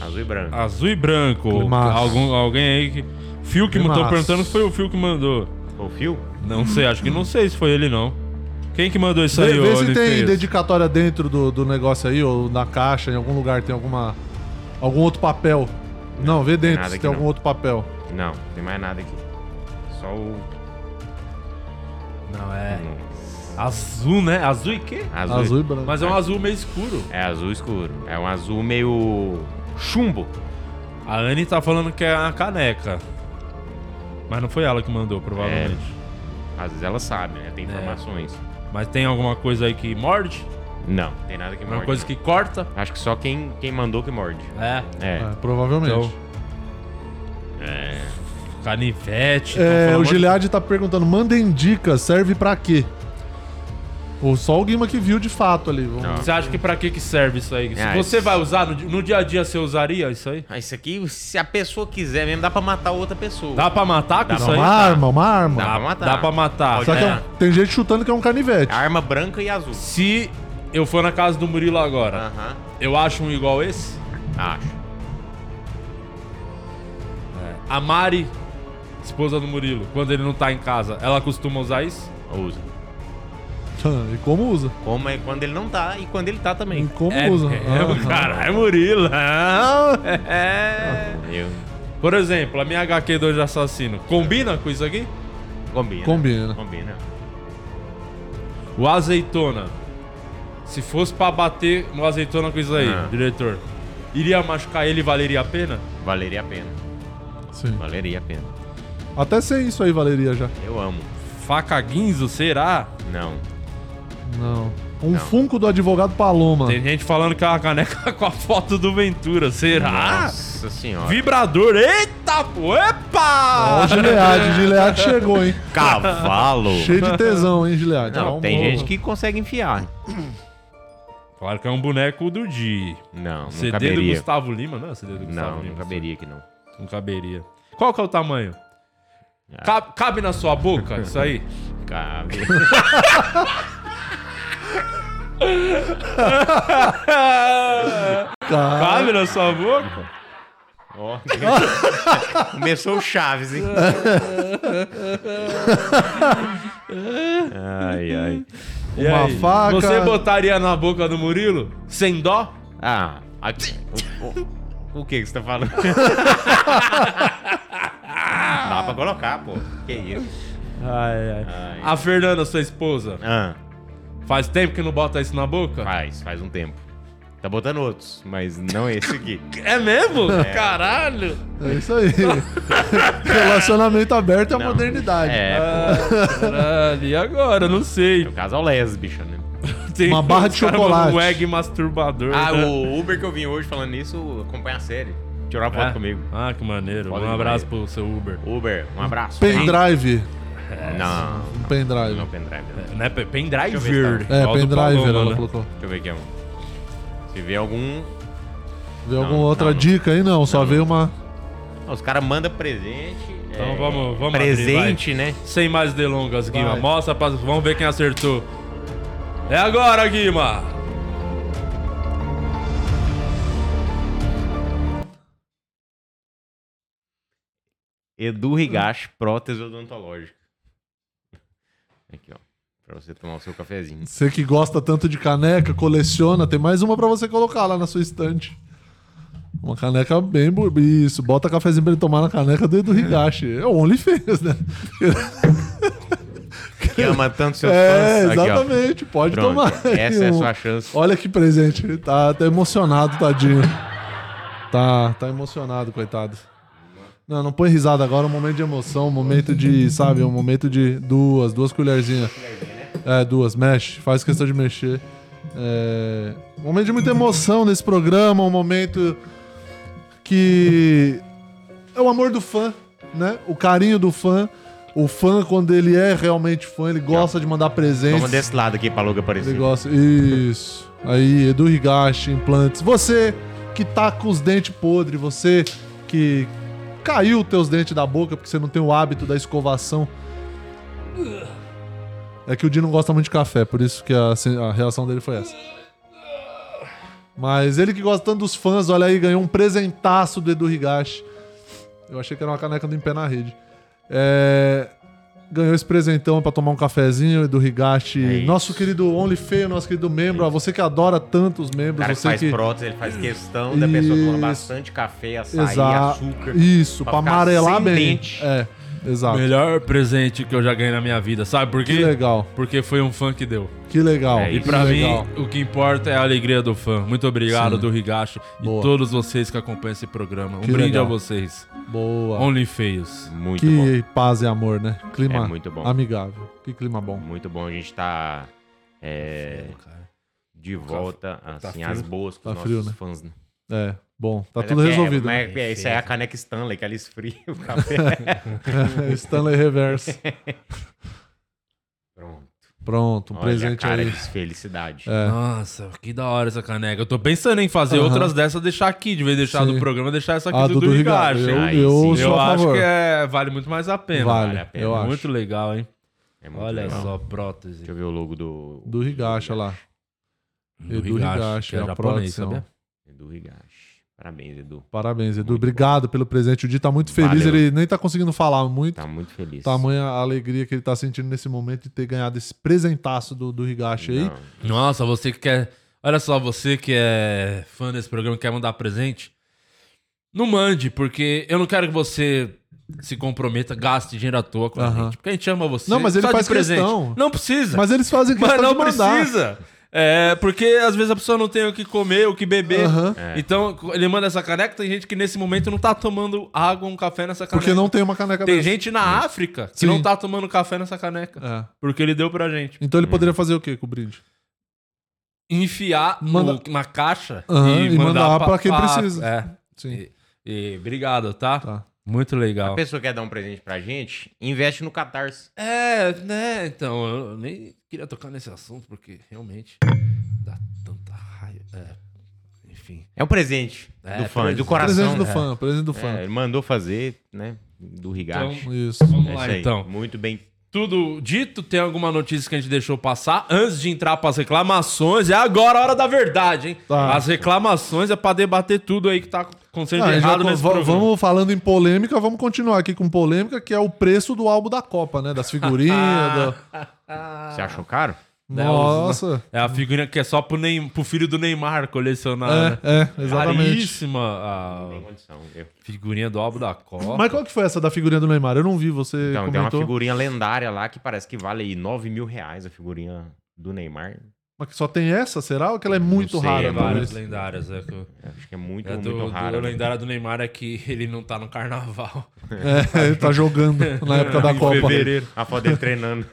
S3: Azul e branco.
S1: Azul e branco.
S2: Climaço.
S1: Algum, alguém aí que. Fio que
S2: Climaço.
S1: estão perguntando se foi o Fio que mandou.
S3: O fio?
S1: Não sei, acho que não sei se foi ele não. Quem que mandou isso
S2: Vê,
S1: aí,
S2: vê
S1: ô
S2: se tem
S1: Olimpíadas?
S2: dedicatória dentro do, do negócio aí, ou na caixa, em algum lugar tem alguma. algum outro papel. Não, vê dentro
S3: nada
S2: se
S3: aqui
S2: tem algum
S3: não.
S2: outro papel.
S3: Não, não tem mais nada aqui. Só o
S1: Não, é. Azul, né? Azul e quê?
S3: azul.
S2: Azul, e branco.
S1: Mas é um azul meio escuro.
S3: É azul escuro. É um azul meio chumbo.
S1: A Anne tá falando que é a caneca. Mas não foi ela que mandou, provavelmente.
S2: É.
S3: Às vezes ela sabe, né? Tem
S1: É.
S3: informações.
S1: Mas tem alguma coisa aí que morde?
S3: Não, tem nada que
S1: Alguma
S3: morde.
S1: É coisa que corta?
S3: Acho que só quem, quem mandou que morde.
S1: É.
S3: É.
S2: É, provavelmente.
S1: Então. Canivete.
S2: É,
S1: então,
S2: o
S1: falando-
S2: Gilead tá perguntando, mandem dicas, serve pra quê? Ou só o Guima que viu de fato ali. Vamos...
S3: Não.
S1: Você acha que pra que que serve isso aí? Se
S3: Ah,
S1: você
S3: isso-
S1: vai usar, no, di- no dia a dia você usaria isso aí?
S3: Ah, isso aqui, se a pessoa quiser mesmo, dá pra matar outra pessoa.
S1: Dá pra matar com
S3: Dá
S1: isso
S3: pra
S1: aí? tá-
S2: Uma
S3: matar.
S2: arma, uma arma.
S3: Dá pra matar.
S1: Dá pra matar.
S3: Pode
S2: Só que é um- tem gente chutando que é um canivete. (laughs)
S3: Arma branca e azul.
S1: Se eu for na casa do Murilo agora,
S3: Aham.
S1: eu acho um igual esse?
S3: Acho.
S1: A Mari, esposa do Murilo, quando ele não tá em casa, ela costuma usar isso?
S3: Usa.
S2: e como usa?
S3: Como é quando ele não tá e quando ele tá
S2: E
S3: também.
S2: como
S1: É,
S2: usa?
S1: é,
S2: (laughs) Ah,
S1: caralho, Murilo. É.
S3: Eu.
S1: Por exemplo, a minha HQ 2 de assassino, combina com isso aqui?
S3: Combina.
S2: Combina.
S3: Combina.
S1: O azeitona. Se fosse pra bater no azeitona com isso aí,
S3: Ah.
S1: diretor, iria machucar ele e valeria a pena?
S3: Valeria a pena.
S2: Sim.
S3: Valeria a pena.
S2: Até sem isso aí valeria já.
S3: Eu amo.
S1: Faca guinzo, será?
S3: Não.
S2: Não. Um funko do advogado Paloma.
S3: Ah.
S1: Tem gente falando que é uma caneca (laughs) com a foto do Ventura, será?
S3: Nossa senhora.
S1: Vibrador, eita, pô,
S2: Ó, o
S1: epa!
S2: Gilead. Gilead chegou, hein?
S3: Cavalo.
S1: (laughs)
S2: Cheio de tesão, hein, Gilead?
S3: Não,
S2: Ó, um
S3: tem
S2: bom.
S3: gente que consegue enfiar.
S1: Claro que é um boneco do Di.
S3: Não, não
S1: CD do
S3: caberia.
S1: Gustavo Lima, não é CD do Gustavo
S3: Não,
S1: Lima.
S3: não caberia aqui não.
S1: Não caberia. Qual que é o tamanho?
S3: Ah.
S1: Ca- Cabe, na sua
S3: (laughs)
S1: boca isso aí?
S3: Cabe. Ah.
S1: Cabe na sua boca?
S3: Ó, (laughs) Começou o Chaves, (laughs) hein? ai, ai.
S1: E
S2: Uma
S1: aí?
S2: faca.
S1: Você botaria na boca do Murilo? Sem dó?
S3: Ah, aqui. O, o- o que que você tá (laughs) falando? Dá pra colocar, pô. Que isso?
S1: Ai, ai.
S3: Ai.
S1: A Fernanda, sua esposa,
S3: Ah,
S1: faz tempo que não bota isso na boca?
S3: faz, faz um tempo. Tá botando outros, mas não esse (laughs) aqui.
S1: É mesmo? Caralho!
S2: É isso aí. (laughs) Relacionamento aberto é a
S3: Não.
S2: modernidade.
S3: É, pô.
S1: Caralho, e agora? Não sei.
S3: No caso, é o lésbica, né?
S1: Tem
S2: Uma barra de
S1: (laughs) os caras
S2: chocolate.
S1: mandam Um egg masturbador.
S3: Ah,
S1: né?
S3: (laughs) o Uber que eu vim hoje falando isso acompanha a série. Tirou uma foto
S1: É?
S3: comigo.
S1: Ah, que maneiro.
S3: Foda
S1: um abraço pro seu Uber.
S3: Uber, um abraço.
S2: Pendrive.
S3: Não,
S2: Um pendrive.
S3: não pendrive. Não.
S1: Né? pe-
S3: Deixa eu ver
S1: Pendriver.
S3: se tá.
S2: É,
S1: Igual do
S2: pendrive
S1: Paloma,
S2: ela
S1: né?
S2: colocou.
S3: Deixa eu ver aqui, amor. Se vê algum.
S2: Vê alguma
S3: não,
S2: outra
S3: não.
S2: dica aí? Não, só veio uma.
S3: Ah, Os caras mandam presente.
S2: É.
S1: Então vamos- vamos
S3: É. Presente, né?
S1: Sem mais delongas, Guima.
S2: Vai.
S1: Mostra pra... Vamos ver quem acertou. É agora, Guima!
S3: Edu Rigache, prótese odontológica. Aqui, ó. Pra você tomar o seu cafezinho.
S2: Você que gosta tanto de caneca, coleciona, tem mais uma pra você colocar lá na sua estante. Uma caneca bem bu- Isso, bota cafezinho pra ele tomar na caneca do Edu Higashi. É o OnlyFans,
S3: (laughs)
S2: né?
S3: Que ama tanto seus
S2: É,
S3: fãs. Aqui, ó.
S2: exatamente. Pode
S3: Pronto.
S2: tomar. aí
S3: Essa é a
S2: um- (laughs)
S3: sua chance.
S2: Olha que presente. Tá, tá emocionado, tadinho. Tá, tá emocionado, coitado. Não, não põe risada agora. Um momento de emoção, um momento de, sabe, um momento de duas, duas colherzinhas. É, duas, mexe. Faz questão de mexer. É, um momento de muita emoção nesse programa, um momento que é o amor do fã, né? O carinho do fã. O fã, quando ele é realmente fã, ele gosta de mandar presentes.
S3: Toma desse lado aqui pra logo
S2: Ele
S3: aparecer.
S2: gosta. Isso. Aí, Edu Higashi, implantes. Você que tá com os dentes podres, você que caiu teus dentes da boca porque você não tem o hábito da escovação. É que o Di não gosta muito de café, por isso que a, se- a reação dele foi essa. Mas ele que gosta tanto dos fãs, olha aí, ganhou um presentaço do Edu Higashi. Eu achei que era uma caneca do Em Pé na Rede. É, ganhou esse presentão pra tomar um cafezinho, Edu Higashi.
S3: É isso.
S2: nosso querido Only Feio, nosso querido membro, a você que adora tanto os
S3: O
S2: membros,
S3: cara que
S2: você
S3: faz
S2: que.
S3: prótese, ele faz questão da pessoa tomar
S2: Isso.
S3: bastante café, açaí,
S2: Exato.
S3: açúcar.
S2: Isso, pra,
S3: pra ficar
S2: amarelar
S3: sem
S2: bem.
S3: dente.
S2: É, exato.
S1: Melhor presente que eu já ganhei na minha vida. Sabe por
S2: Que
S1: quê?
S2: legal,
S1: Porque foi um fã que deu.
S2: que legal.
S3: É
S1: E
S3: isso.
S1: pra
S2: que
S1: mim,
S2: legal.
S1: o que importa é a alegria do fã. Muito obrigado,
S2: Sim.
S1: do Rigacho
S2: Boa.
S1: e todos vocês que acompanham esse programa. Um
S2: Que
S1: brinde
S2: legal.
S1: a vocês.
S2: Boa.
S1: Only feios.
S3: Muito bom.
S2: que paz e amor, né? Clima
S3: É muito bom.
S2: amigável. Que clima bom.
S3: Muito bom, a gente tá é, de volta, assim,
S1: frio.
S3: às boas com
S2: Tá
S3: os nossos
S2: frio, né?
S3: fãs, né?
S2: É, bom. Tá
S3: Mas
S2: tudo
S3: é,
S2: resolvido.
S3: mas
S2: né?
S3: é, isso aí é a caneca Stanley, que ela esfria
S2: (laughs)
S3: o café.
S2: Stanley Reverse.
S3: Pronto.
S2: Pronto, um
S3: Olha
S2: presente
S3: a cara
S1: é
S2: aí.
S3: de felicidade.
S2: É.
S1: Nossa, que da hora essa caneca. Eu tô pensando em fazer
S2: Aham.
S1: outras dessas, deixar aqui, de vez de deixar
S2: Sim.
S1: do programa, deixar essa aqui
S2: Ah,
S1: do, do
S2: Rigacho.
S1: Rigacho.
S2: Eu,
S3: Aí
S2: eu
S1: Eu,
S3: sim.
S2: sou a
S1: acho
S2: favor.
S1: que é- vale muito mais a pena.
S2: vale,
S3: vale a pena.
S2: eu acho.
S1: muito legal, hein?
S3: É muito
S1: Olha
S3: legal.
S1: só, prótese.
S3: Deixa eu ver o logo do.
S2: Do Rigacha lá.
S1: Do
S2: Edu
S1: Higashi,
S2: Higashi,
S1: que é
S2: a
S1: japonês,
S2: produção.
S1: sabia?
S3: Edu Higashi. É Parabéns, Edu.
S2: Parabéns, Edu.
S3: Muito
S2: Obrigado pelo presente. O Di tá muito feliz.
S3: Valeu.
S2: Ele nem tá conseguindo falar muito.
S3: Tá muito feliz.
S2: Tamanha a alegria que ele tá sentindo nesse momento de ter ganhado esse presentaço do, do Higashi aí.
S3: Não.
S1: Nossa, você que quer. Olha só, você que é fã desse programa e quer mandar presente, não mande, porque eu não quero que você se comprometa, gaste dinheiro à toa com
S2: Aham.
S1: a gente. Porque a gente ama você.
S2: Não, mas ele
S1: só de
S2: faz
S1: presente.
S2: questão.
S1: Não precisa.
S2: Mas eles fazem
S1: Mas
S2: questão
S1: não
S2: de mandar.
S1: precisa. É, porque às vezes a pessoa não tem o que comer, o que beber.
S2: Aham.
S3: É.
S1: Então, ele manda essa caneca, tem gente que nesse momento não tá tomando água, um café nessa caneca.
S2: Porque não tem uma caneca
S1: Tem
S2: dessa.
S1: gente na África que
S2: Sim.
S1: não tá tomando café nessa caneca.
S2: É.
S1: Porque ele deu pra gente.
S2: Então ele poderia fazer o quê com o brinde?
S1: Enfiar no-
S2: Manda-
S1: na caixa
S2: Aham, e mandar pra quem precisa.
S1: É.
S2: Sim.
S1: E obrigado, tá?
S2: Tá.
S1: Muito
S3: A
S1: legal.
S3: pessoa quer dar um presente pra gente, investe no Catarse.
S1: É, né? Então, eu nem queria tocar nesse assunto porque realmente dá tanta raiva. enfim.
S3: É um presente
S1: É,
S3: do fã,
S1: presente.
S3: do coração.
S1: né?
S2: presente do fã, presente do
S3: É,
S2: fã.
S3: ele mandou fazer, né? Do Rigacho.
S2: Isso.
S1: Então, Vamos
S3: É
S1: lá,
S3: isso aí.
S1: então.
S3: Muito bem.
S1: Tudo dito, tem alguma notícia que a gente deixou passar antes de entrar para as reclamações? É agora a hora da verdade, hein?
S2: Tá.
S1: As reclamações é para debater tudo aí que tá acontecendo
S2: Ah,
S1: de
S2: já
S1: errado
S2: co-
S1: nesse
S2: va-
S1: programa.
S2: vamos falando em polêmica, vamos continuar aqui com polêmica, que é o preço do álbum da Copa, né?
S1: (laughs)
S2: Das figurinhas. da-
S3: Você achou caro?
S1: Né,
S2: Nossa.
S1: É a figurinha que é só pro, Neym- pro filho do Neymar colecionar, né?
S2: É, é, exatamente.
S1: Raríssima a
S3: Tem condição. Eu-
S1: figurinha do álbum da Copa.
S2: Mas qual que foi essa da figurinha do Neymar? Eu não vi, você
S3: Então,
S1: é
S3: tem uma
S2: comentou.
S3: figurinha lendária lá que parece que vale 9 mil reais a figurinha do Neymar.
S2: Mas que só tem essa, será? Ou que ela é muito
S3: sei,
S2: rara?
S3: é
S1: Várias
S2: talvez?
S1: lendárias, é. que-
S3: Acho que é muito,
S1: É do,
S3: muito
S1: do,
S3: raro.
S1: a lendária do Neymar é que ele não tá no carnaval.
S2: É, (laughs) ele tá jogando na época da
S1: Em
S2: Copa.
S1: fevereiro.
S3: A foto dele treinando.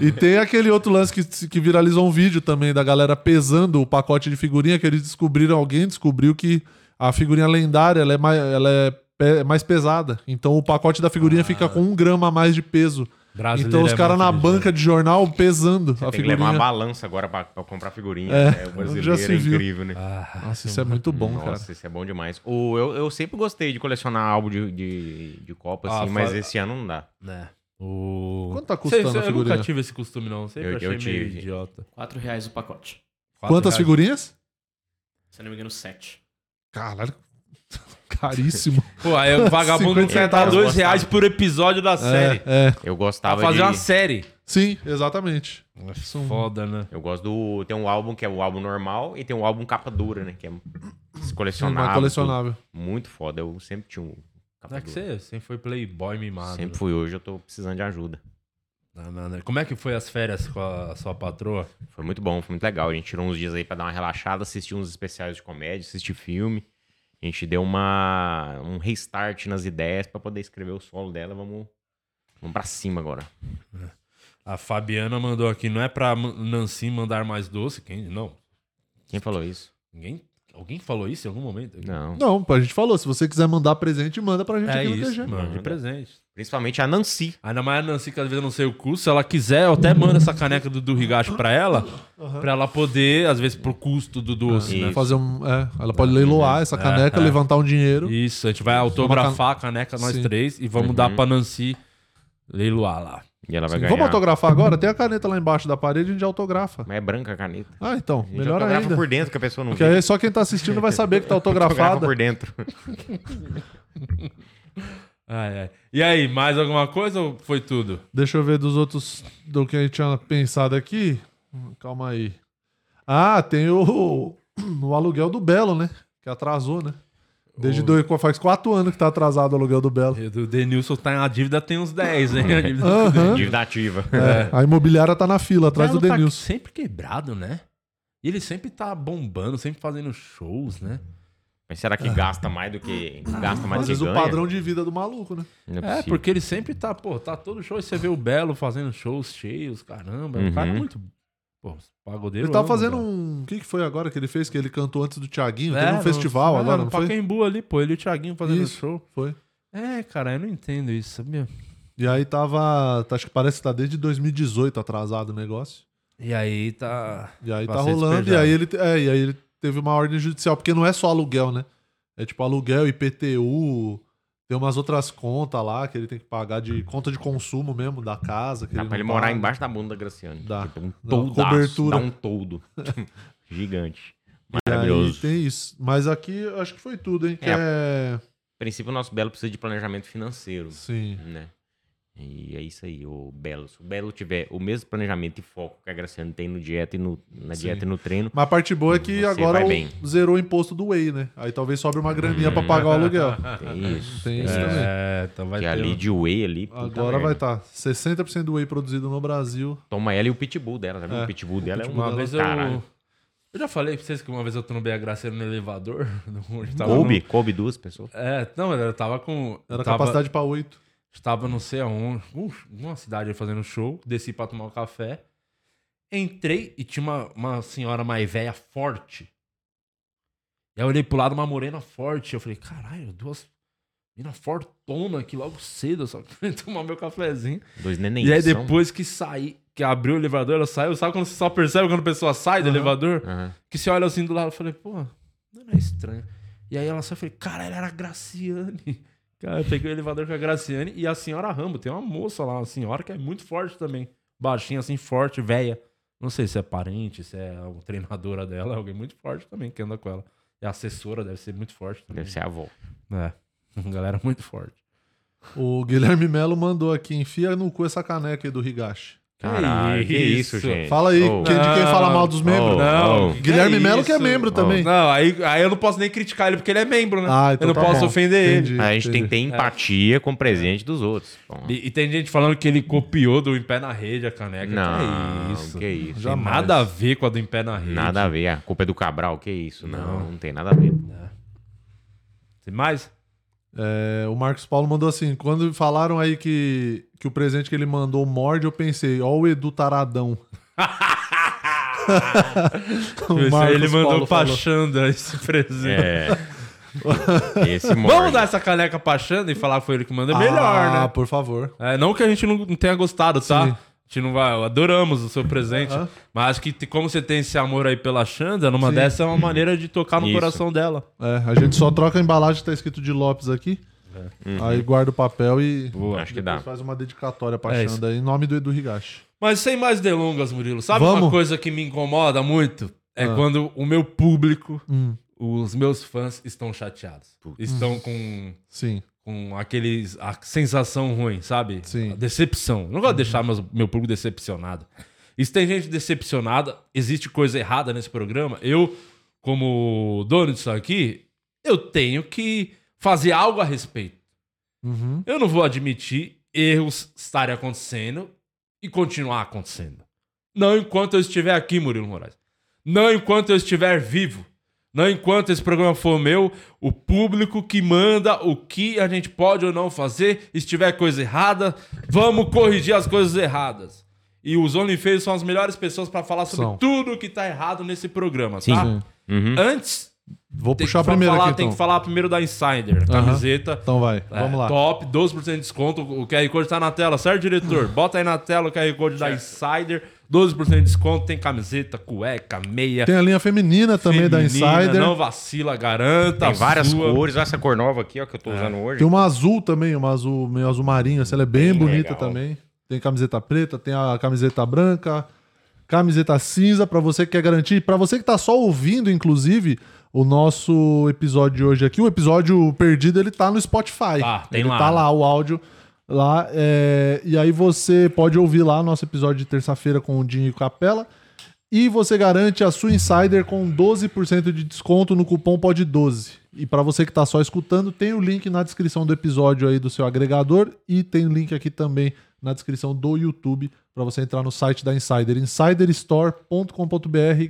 S2: E tem aquele outro lance que, que viralizou um vídeo também da galera pesando o pacote de figurinha que eles descobriram, alguém descobriu que a figurinha lendária ela é mais, ela é pe- mais pesada. Então o pacote da figurinha fica com um grama a mais de peso.
S1: Ah. Brasileiro
S2: então os
S1: é
S2: caras
S1: muito
S2: na
S1: ligeiro.
S2: banca de jornal pesando (laughs) a
S3: Tem que levar uma
S2: figurinha.
S3: balança agora pra, pra comprar figurinha.
S2: É,
S3: né? O brasileiro
S2: já se
S3: é
S2: viu.
S3: incrível, né?
S1: Ah,
S2: Nossa, isso é muito bom, cara.
S3: Nossa, isso é bom demais. O, eu, eu sempre gostei de colecionar álbum de, de, de Copa,
S1: Ah,
S3: assim, mas
S1: fa-
S3: esse ano não dá.
S1: Né? O...
S2: É. Quanto tá custando
S1: Sei- sei-
S2: a
S1: Eu
S2: figurinha?
S1: nunca tive esse costume, não. Sempre
S3: Eu-
S1: achei
S3: eu
S1: meio
S3: tive.
S1: idiota.
S4: 4 reais o pacote.
S1: Quatro
S2: Quantas
S1: reais.
S2: figurinhas?
S4: Se eu não me engano, 7.
S2: Caralho. (laughs) Caríssimo.
S1: Pô, aí o vagabundo
S2: 50
S1: quer dar
S3: reais.
S1: dois reais por episódio da (laughs) série.
S2: É, é.
S3: Eu
S1: Pra
S3: gostava
S1: fazer
S3: de...
S1: uma série.
S2: Sim, exatamente.
S1: Foda, né?
S3: Eu gosto do... Tem um álbum que é o álbum normal e tem um álbum capa dura, né? Que é colecionável.
S2: Uma colecionável.
S3: Muito foda. Eu sempre tinha um capa
S1: Não é que
S3: dura.
S1: você sempre foi playboy mimado.
S3: Sempre
S1: né?
S3: fui. Hoje eu tô precisando de ajuda.
S1: Não, não, não. Como é que foi as férias com a sua patroa?
S3: Foi muito bom, foi muito legal. A gente tirou uns dias aí pra dar uma relaxada, assistir uns especiais de comédia, assistir filme. A gente deu uma um restart nas ideias pra poder escrever o solo dela. Vamos vamos para cima agora.
S1: A Fabiana mandou aqui, não é pra Man- Nancy mandar mais doce? Quem? Não.
S3: Quem falou isso?
S1: Ninguém. Alguém falou isso em algum momento?
S3: Não.
S2: Não, a gente falou. Se você quiser mandar presente, manda pra gente
S1: É
S2: aqui no
S1: isso,
S2: TG.
S1: mano. De
S3: Manda.
S1: presente.
S3: Principalmente a Nancy.
S1: Ainda mais a Nancy, que às vezes eu não sei o custo. Se ela quiser, eu até mando essa caneca do, do Rigacho pra ela. Pra ela poder, às vezes, pro custo do doce, né?
S3: Isso.
S2: Fazer um, é, ela pode leiloar essa caneca,
S1: é.
S2: levantar um dinheiro.
S1: Isso, a gente vai autografar a caneca, nós
S2: Sim.
S1: três, e vamos dar pra Nancy leiloar lá.
S3: E ela vai ganhar.
S2: Vamos autografar agora? Tem a caneta lá embaixo da parede, a gente autografa.
S3: Mas é branca a caneta.
S2: Ah, então,
S3: A gente
S2: melhor
S3: autografa
S2: ainda.
S3: por dentro que a pessoa não
S2: Porque
S3: vê.
S2: aí só quem tá assistindo vai saber que
S3: (laughs)
S2: tá
S3: Autografa
S2: autografada.
S3: por dentro.
S1: Ai, ai. E aí, mais alguma coisa ou foi (laughs) tudo?
S2: Deixa eu ver dos outros do que a gente tinha pensado aqui. Hum, Calma aí. Ah, tem o, (clears throat) o aluguel do Belo, né? Que atrasou, né? Desde dois, faz quatro anos que tá atrasado o aluguel do
S3: (laughs)
S2: Belo.
S1: O Denilson tá na dívida, tem uns 10, (laughs) hein? A dívida
S2: Aham.
S3: Dívida ativa.
S2: É, A imobiliária tá na fila, atrás do
S1: Belo tá
S2: Denilson.
S1: sempre quebrado, né? E ele sempre tá bombando, sempre fazendo shows, né?
S3: Mas será que gasta mais do que. Gasta mais
S2: Às
S3: do que
S2: vezes o
S3: ganha?
S2: padrão de vida do maluco, né?
S3: Não
S1: É,
S3: possível.
S1: porque ele sempre tá, pô, tá todo show e você vê o Belo fazendo shows cheios, caramba. É um
S3: Uhum.
S1: cara muito. Pô, pagodeiro.
S2: Ele tá
S1: ama,
S2: fazendo
S1: cara.
S2: um. O que, que foi agora que ele fez? Que ele cantou antes do Thiaguinho?
S1: É,
S2: Teve um
S1: no-
S2: festival
S1: é,
S2: agora,
S1: no
S2: não foi?
S1: Pacaembu ali, pô, ele e o Thiaguinho fazendo
S2: Isso.
S1: show.
S2: Foi.
S1: É, cara, eu não entendo isso, sabia?
S2: E aí tava. tá- Acho que parece que tá desde 2018 atrasado o negócio.
S1: E aí tá.
S2: E aí
S1: Pra
S2: tá
S1: ser
S2: rolando. E
S1: despejado.
S2: aí, ele, te- é, e aí ele teve uma ordem judicial, porque não é só aluguel, né? É tipo aluguel, IPTU. Tem umas outras contas lá que ele tem que pagar de conta de consumo mesmo da casa. Que
S3: Dá pra ele
S2: não
S3: morar
S2: paga.
S3: embaixo da bunda da Graciane.
S2: Dá.
S3: Tipo, um
S2: Dá uma
S3: toldaço,
S2: cobertura.
S3: Dá um toldo. (laughs) Gigante.
S2: E aí
S3: Maravilhoso.
S2: tem isso. Mas aqui eu acho que foi tudo, hein? Que
S3: É.
S2: é...
S3: A princípio, o nosso Belo precisa de planejamento financeiro,
S2: Sim.
S3: né? E é isso aí, o Belo. Se o Belo tiver o mesmo planejamento e foco que a Graciane tem no dieta e no, na
S2: Sim.
S3: dieta e
S2: (laughs)
S3: no treino,
S2: Mas a parte boa é que
S3: Você
S2: agora
S3: vai
S2: o-
S3: bem.
S2: zerou o imposto do Whey, né? Aí talvez sobre uma graninha pra
S1: (laughs)
S2: pagar o aluguel.
S1: Tá
S3: tem isso.
S2: Tem
S3: Tem
S2: isso
S3: isso.
S2: também.
S1: É, então vai
S3: Que
S1: ter.
S3: ali de whey ali, puta
S2: um- Agora
S3: merda.
S2: vai estar. Tá. 60% do whey produzido no Brasil.
S3: Toma ela e o pitbull dela, sabe?
S2: É.
S3: O pitbull dela é
S1: tipo,
S2: pitbull
S1: Uma
S3: um
S1: vez eu.
S3: caralho.
S1: Eu já falei pra vocês que uma vez eu trombei a Graciela no elevador. (laughs) onde tava
S3: Coube,
S1: no-
S3: coube duas pessoas.
S1: É, não, eu tava com.
S2: Era
S1: tava,
S2: capacidade pra 8.
S1: Estava não sei aonde, um- uma cidade aí fazendo show, desci pra tomar um café. Entrei e tinha uma, uma senhora mais velha forte. E aí eu olhei pro lado, uma morena forte. Eu falei, caralho, duas meninas (laughs) fortona aqui logo cedo, eu só queria tomar meu cafezinho.
S3: Dois neném.
S1: E aí depois que saí, que abriu o elevador, ela saiu. Sabe quando você só percebe quando a pessoa sai do elevador?
S3: Aham.
S1: Que você olha assim do lado, eu falei, pô, não é estranho. E aí ela só falei, cara, ela era a Graciane. (laughs) Cara, eu peguei o elevador com a Graciane e a senhora Rambo. Tem uma moça lá, uma senhora que é muito forte também. Baixinha, assim, forte, velha. Não sei se é parente, se é uma treinadora dela, (laughs) é alguém muito forte também que anda com ela. E a assessora deve ser muito forte também.
S3: Deve ser a avó.
S1: É, (laughs) uma galera muito forte.
S2: O Guilherme Melo mandou aqui, enfia no cu essa caneca aí do Higashi.
S3: Caralho, que isso,
S1: isso?
S3: gente.
S2: Fala aí,
S3: Oh.
S2: quem- de quem fala mal dos membros.
S3: Oh. Não.
S2: Guilherme Melo que é
S1: isso?
S2: membro também.
S1: Não, aí, aí eu não posso nem criticar ele porque ele é membro, né?
S2: Ah, então
S1: eu não
S2: tá
S1: posso
S2: bom.
S1: ofender ele.
S2: Entendi,
S3: Né, A gente tem que
S2: entendi.
S1: É.
S3: ter empatia com o presente dos outros. Bom,
S1: E, e tem gente falando que ele copiou do Em Pé na Rede a caneca.
S3: não,
S1: é que tá isso.
S3: que isso.
S1: Tem nada a ver com a do Em Pé na Rede.
S3: Nada a ver. A culpa é do Cabral, que isso. Não, não, tem nada a ver.
S1: Tem mais?
S2: É, o Marcos Paulo mandou assim: quando falaram aí que, que o presente que ele mandou morde, eu pensei, ó, o Edu Taradão. (laughs)
S1: (laughs)
S2: O
S1: Esse aí ele
S2: Marcos
S1: mandou
S2: Paulo
S1: pra
S2: falou.
S1: Xanda esse presente. (laughs)
S3: É. Esse
S1: Vamos
S3: morde.
S1: dar essa caneca pra Xanda e falar que foi ele que mandou? Melhor,
S2: Ah,
S1: né?
S2: por favor.
S1: É, não que a gente não, não tenha gostado, tá?
S2: Sim.
S1: A gente não vai. Adoramos o seu presente.
S2: Aham.
S1: Mas acho que te- como você tem esse amor aí pela Xanda, numa
S2: Sim.
S1: dessa é uma maneira de tocar no
S3: Isso.
S1: coração dela.
S2: É, a gente só troca a embalagem que tá escrito de Lopes aqui.
S1: É.
S2: Aí guarda o papel e
S1: Boa.
S3: Acho que dá.
S2: depois faz uma dedicatória pra
S1: É isso.
S2: Xanda aí, em nome do Edu Higashi.
S1: Mas sem mais delongas, Murilo, sabe uma
S2: Vamos? Ah.
S1: coisa que me incomoda muito? É quando o meu público, os meus fãs, estão chateados. Estão com,
S2: Sim.
S1: com aqueles, a sensação ruim, sabe?
S2: Sim.
S1: A decepção. Eu Não gosto de deixar meus- meu público decepcionado. E se tem gente decepcionada, existe coisa errada nesse programa. Eu, como dono disso aqui, eu tenho que fazer algo a respeito.
S2: Uhum.
S1: Eu não vou admitir erros estarem acontecendo e continuar acontecendo. Não enquanto eu estiver aqui, Murilo Moraes. Não enquanto eu estiver vivo. Não enquanto esse programa for meu, o público que manda o que a gente pode ou não fazer. Se tiver coisa errada, vamos corrigir as coisas erradas. E os OnlyFans são as melhores pessoas para falar sobre
S2: São.
S1: tudo que tá errado nesse programa,
S3: Sim.
S1: tá?
S2: Sim.
S3: Uhum.
S1: Antes,
S2: Vou
S1: tem,
S2: puxar
S1: que, fa-
S2: primeiro
S1: falar,
S2: aqui,
S1: tem
S2: então.
S1: que falar primeiro da Insider,
S2: Aham.
S1: camiseta.
S2: Então vai,
S1: É,
S2: vamos lá.
S1: Top, 12% de desconto. O QR Code tá na tela, certo, diretor?
S2: Hum.
S1: Bota aí na tela o QR Code da Insider. 12% de desconto. Tem camiseta, cueca, meia.
S2: Tem a linha feminina também da
S1: feminina,
S2: Insider.
S1: Não vacila, garanta.
S3: Tem várias
S1: sua. É.
S3: cores. Olha essa cor nova aqui, ó, que eu tô usando hoje.
S2: Tem uma azul também, uma azul meio azul marinho, assim, ela é bem,
S3: Bem
S2: bonita
S3: legal.
S2: também. Tem camiseta preta, tem a camiseta branca, camiseta cinza pra você que quer garantir, Pra você que tá só ouvindo inclusive o nosso episódio de hoje aqui, o episódio perdido, ele tá no Spotify.
S1: Tá, tem
S2: ele
S1: lá.
S2: tá lá o áudio lá, é, e aí você pode ouvir lá nosso episódio de terça-feira com o Dinho e Capela. E você garante a sua Insider com 12% de desconto no cupom POD12. E para você que tá só escutando, tem o link na descrição do episódio aí do seu agregador e tem o link aqui também na descrição do YouTube para você entrar no site da Insider, insiderstore.com.br,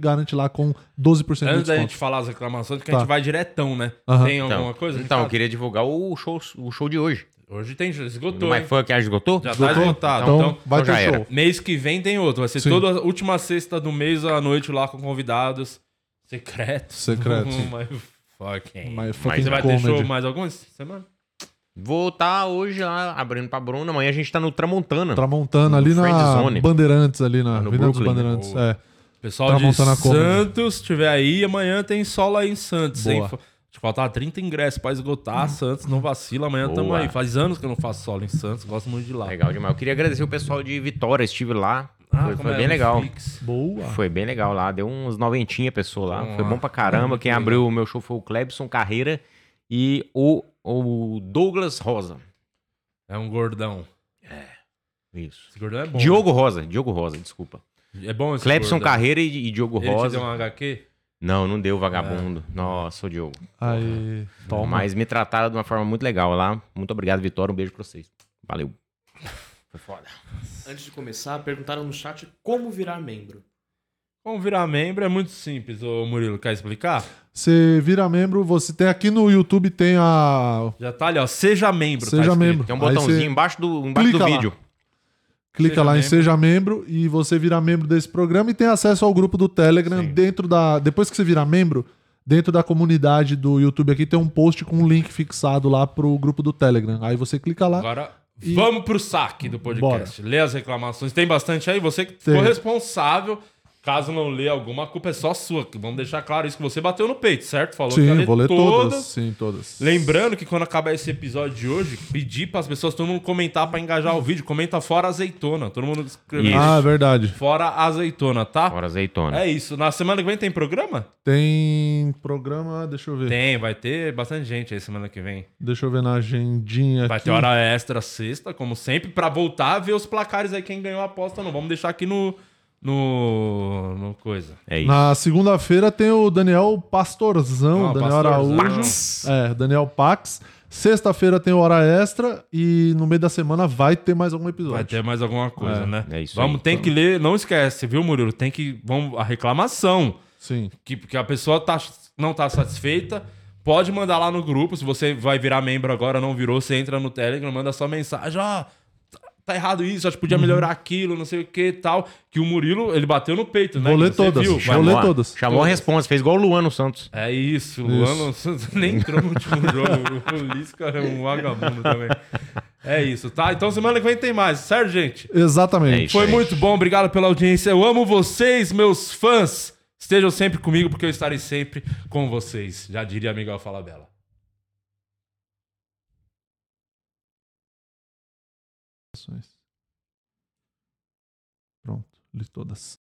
S2: garante lá com 12% de
S1: Antes da gente
S2: desconto.
S1: falar as reclamações, porque a
S2: Tá.
S1: gente vai diretão, né?
S2: Aham.
S1: Tem
S3: Então,
S1: alguma coisa?
S3: Então, eu
S1: Ricardo?
S3: queria divulgar o show, o show de hoje.
S1: Hoje tem, esgotou,
S3: Não é
S1: hein?
S3: fã que já esgotou?
S1: Já tá
S2: Esgotou?
S1: esgotado.
S2: Então,
S1: então
S2: vai
S3: então já
S2: ter show.
S3: era.
S1: Mês que vem tem outro. Vai ser
S2: Sim.
S1: toda a última sexta do mês à noite lá com convidados secretos.
S2: Secretos.
S1: (laughs) Mas fucking.
S2: Mas é
S1: Mas
S2: fucking
S1: você vai ter show
S2: comedy.
S1: mais algumas semana?
S3: Vou estar hoje lá abrindo pra Bruna. Amanhã a gente tá no Tramontana.
S2: Tramontana ali na
S3: No Friendzone.
S2: Bandeirantes, ali na
S3: No
S2: Avenida dos
S3: Brooklyn, né?
S2: Bandeirantes.
S1: Boa.
S2: É.
S1: Pessoal de
S2: Tramontana Comedy.
S1: Santos, estiver aí, amanhã tem sol aí em Santos.
S2: Boa.
S1: hein? Fa- Acho que faltava 30 ingressos pra esgotar. Santos, não vacila, amanhã
S3: Boa.
S1: tamo aí. Faz anos que eu não faço solo em Santos, gosto muito de lá.
S3: Legal demais. Eu queria agradecer o pessoal de Vitória. Estive lá.
S1: Ah,
S3: foi
S1: como
S3: foi
S1: é?
S3: bem
S1: Um
S3: legal.
S1: fix.
S2: Boa.
S3: Foi bem legal lá. Deu uns noventinha pessoa lá.
S1: Vamos
S3: Foi
S1: lá.
S3: bom pra caramba.
S2: (laughs)
S3: Quem abriu o meu show foi o Clebson Carreira e o, o Douglas Rosa.
S1: É um gordão.
S3: Isso.
S1: Esse gordão é bom.
S3: Diogo Rosa. Diogo Rosa, desculpa.
S1: É bom esse
S3: Clebson
S1: gordão.
S3: Carreira e, e Diogo
S1: Ele te
S3: Rosa.
S1: deu um HQ?
S3: Não, não deu vagabundo. Nossa, o Diogo.
S2: Aí, É. toma.
S3: Mas me trataram de uma forma muito legal lá. Muito obrigado, Vitória. Um beijo pra vocês. Valeu. Foi foda.
S4: Antes de começar, perguntaram no chat como virar membro.
S1: Como virar membro é muito simples, ô Murilo. Quer explicar?
S2: Você vira membro, você tem aqui no YouTube tem a
S1: Já tá ali, ó. Seja membro. tá
S2: seja
S1: escrito.
S2: membro.
S3: Tem um
S2: Aí
S3: botãozinho
S2: você
S3: embaixo do, embaixo do
S2: clica lá.
S3: vídeo.
S2: clica
S1: Seja
S2: lá em
S1: membro.
S2: seja membro e você vira membro desse programa e tem acesso ao grupo do Telegram dentro da depois que você virar membro, dentro da comunidade do YouTube aqui tem um post com um link fixado lá pro grupo do Telegram. Aí você clica lá.
S1: Agora
S2: E-
S1: Vamos pro saque do podcast. Lê as reclamações. Tem bastante aí. Você que ficou
S2: Tem.
S1: responsável. Caso não lê alguma, a culpa é só sua. que Vamos deixar claro isso que você bateu no peito, certo? Falou que ia
S2: Sim,
S1: ler
S2: vou ler
S1: todas.
S2: todas. Sim, todas.
S1: Lembrando que quando acabar esse episódio de hoje, pedi para as pessoas todo mundo comentar para engajar o vídeo. Comenta fora azeitona. Todo mundo escreveu.
S3: Isso.
S2: Ah, é verdade.
S1: Fora azeitona, tá?
S3: Fora azeitona.
S1: É isso. Na semana que vem tem programa?
S2: Tem programa, deixa eu ver.
S1: Tem, vai ter bastante gente aí semana que vem.
S2: Deixa eu ver na agendinha
S1: Vai
S2: aqui.
S1: ter hora extra sexta, como sempre, pra voltar a ver os placares aí, quem ganhou a aposta não. Vamos deixar aqui no. No. No coisa.
S3: É, isso.
S2: Na segunda-feira tem o Daniel Pastorzão,
S1: Ah, o
S2: Daniel
S1: Pastorzão.
S2: Araújo. É, Daniel Pax. Sexta-feira tem hora extra e no meio da semana vai ter mais algum episódio.
S1: Vai ter mais alguma coisa,
S2: É,
S1: né?
S3: é isso
S1: Vamos,
S3: aí.
S1: tem que ler. Não esquece, viu, Murilo? Tem que. Vamos, a reclamação.
S2: Sim.
S1: Que, que a pessoa tá, não tá satisfeita. Pode mandar lá no grupo. Se você vai virar membro agora, não virou, você entra no Telegram, manda só mensagem. Ó, tá- tá errado isso, acho que
S2: Uhum.
S1: podia melhorar aquilo, não sei o que e tal. Que o Murilo, ele bateu no peito, né?
S2: Vou ler
S1: Você
S2: todas.
S1: viu?
S2: Vou
S1: Vai
S2: ler
S3: Ó,
S2: todas.
S3: Chamou a resposta, fez igual o Luano Santos.
S1: É isso, o Luan Santos (laughs) nem entrou no último jogo. O Lisca é um vagabundo também. É isso, tá? Então semana que vem tem mais, certo, gente?
S2: Exatamente.
S3: É isso
S1: Foi
S3: aí.
S1: muito bom, obrigado pela audiência. Eu amo vocês, meus fãs. Estejam sempre comigo, porque eu estarei sempre com vocês. Já diria Miguel Falabella.
S2: Pronto, li todas.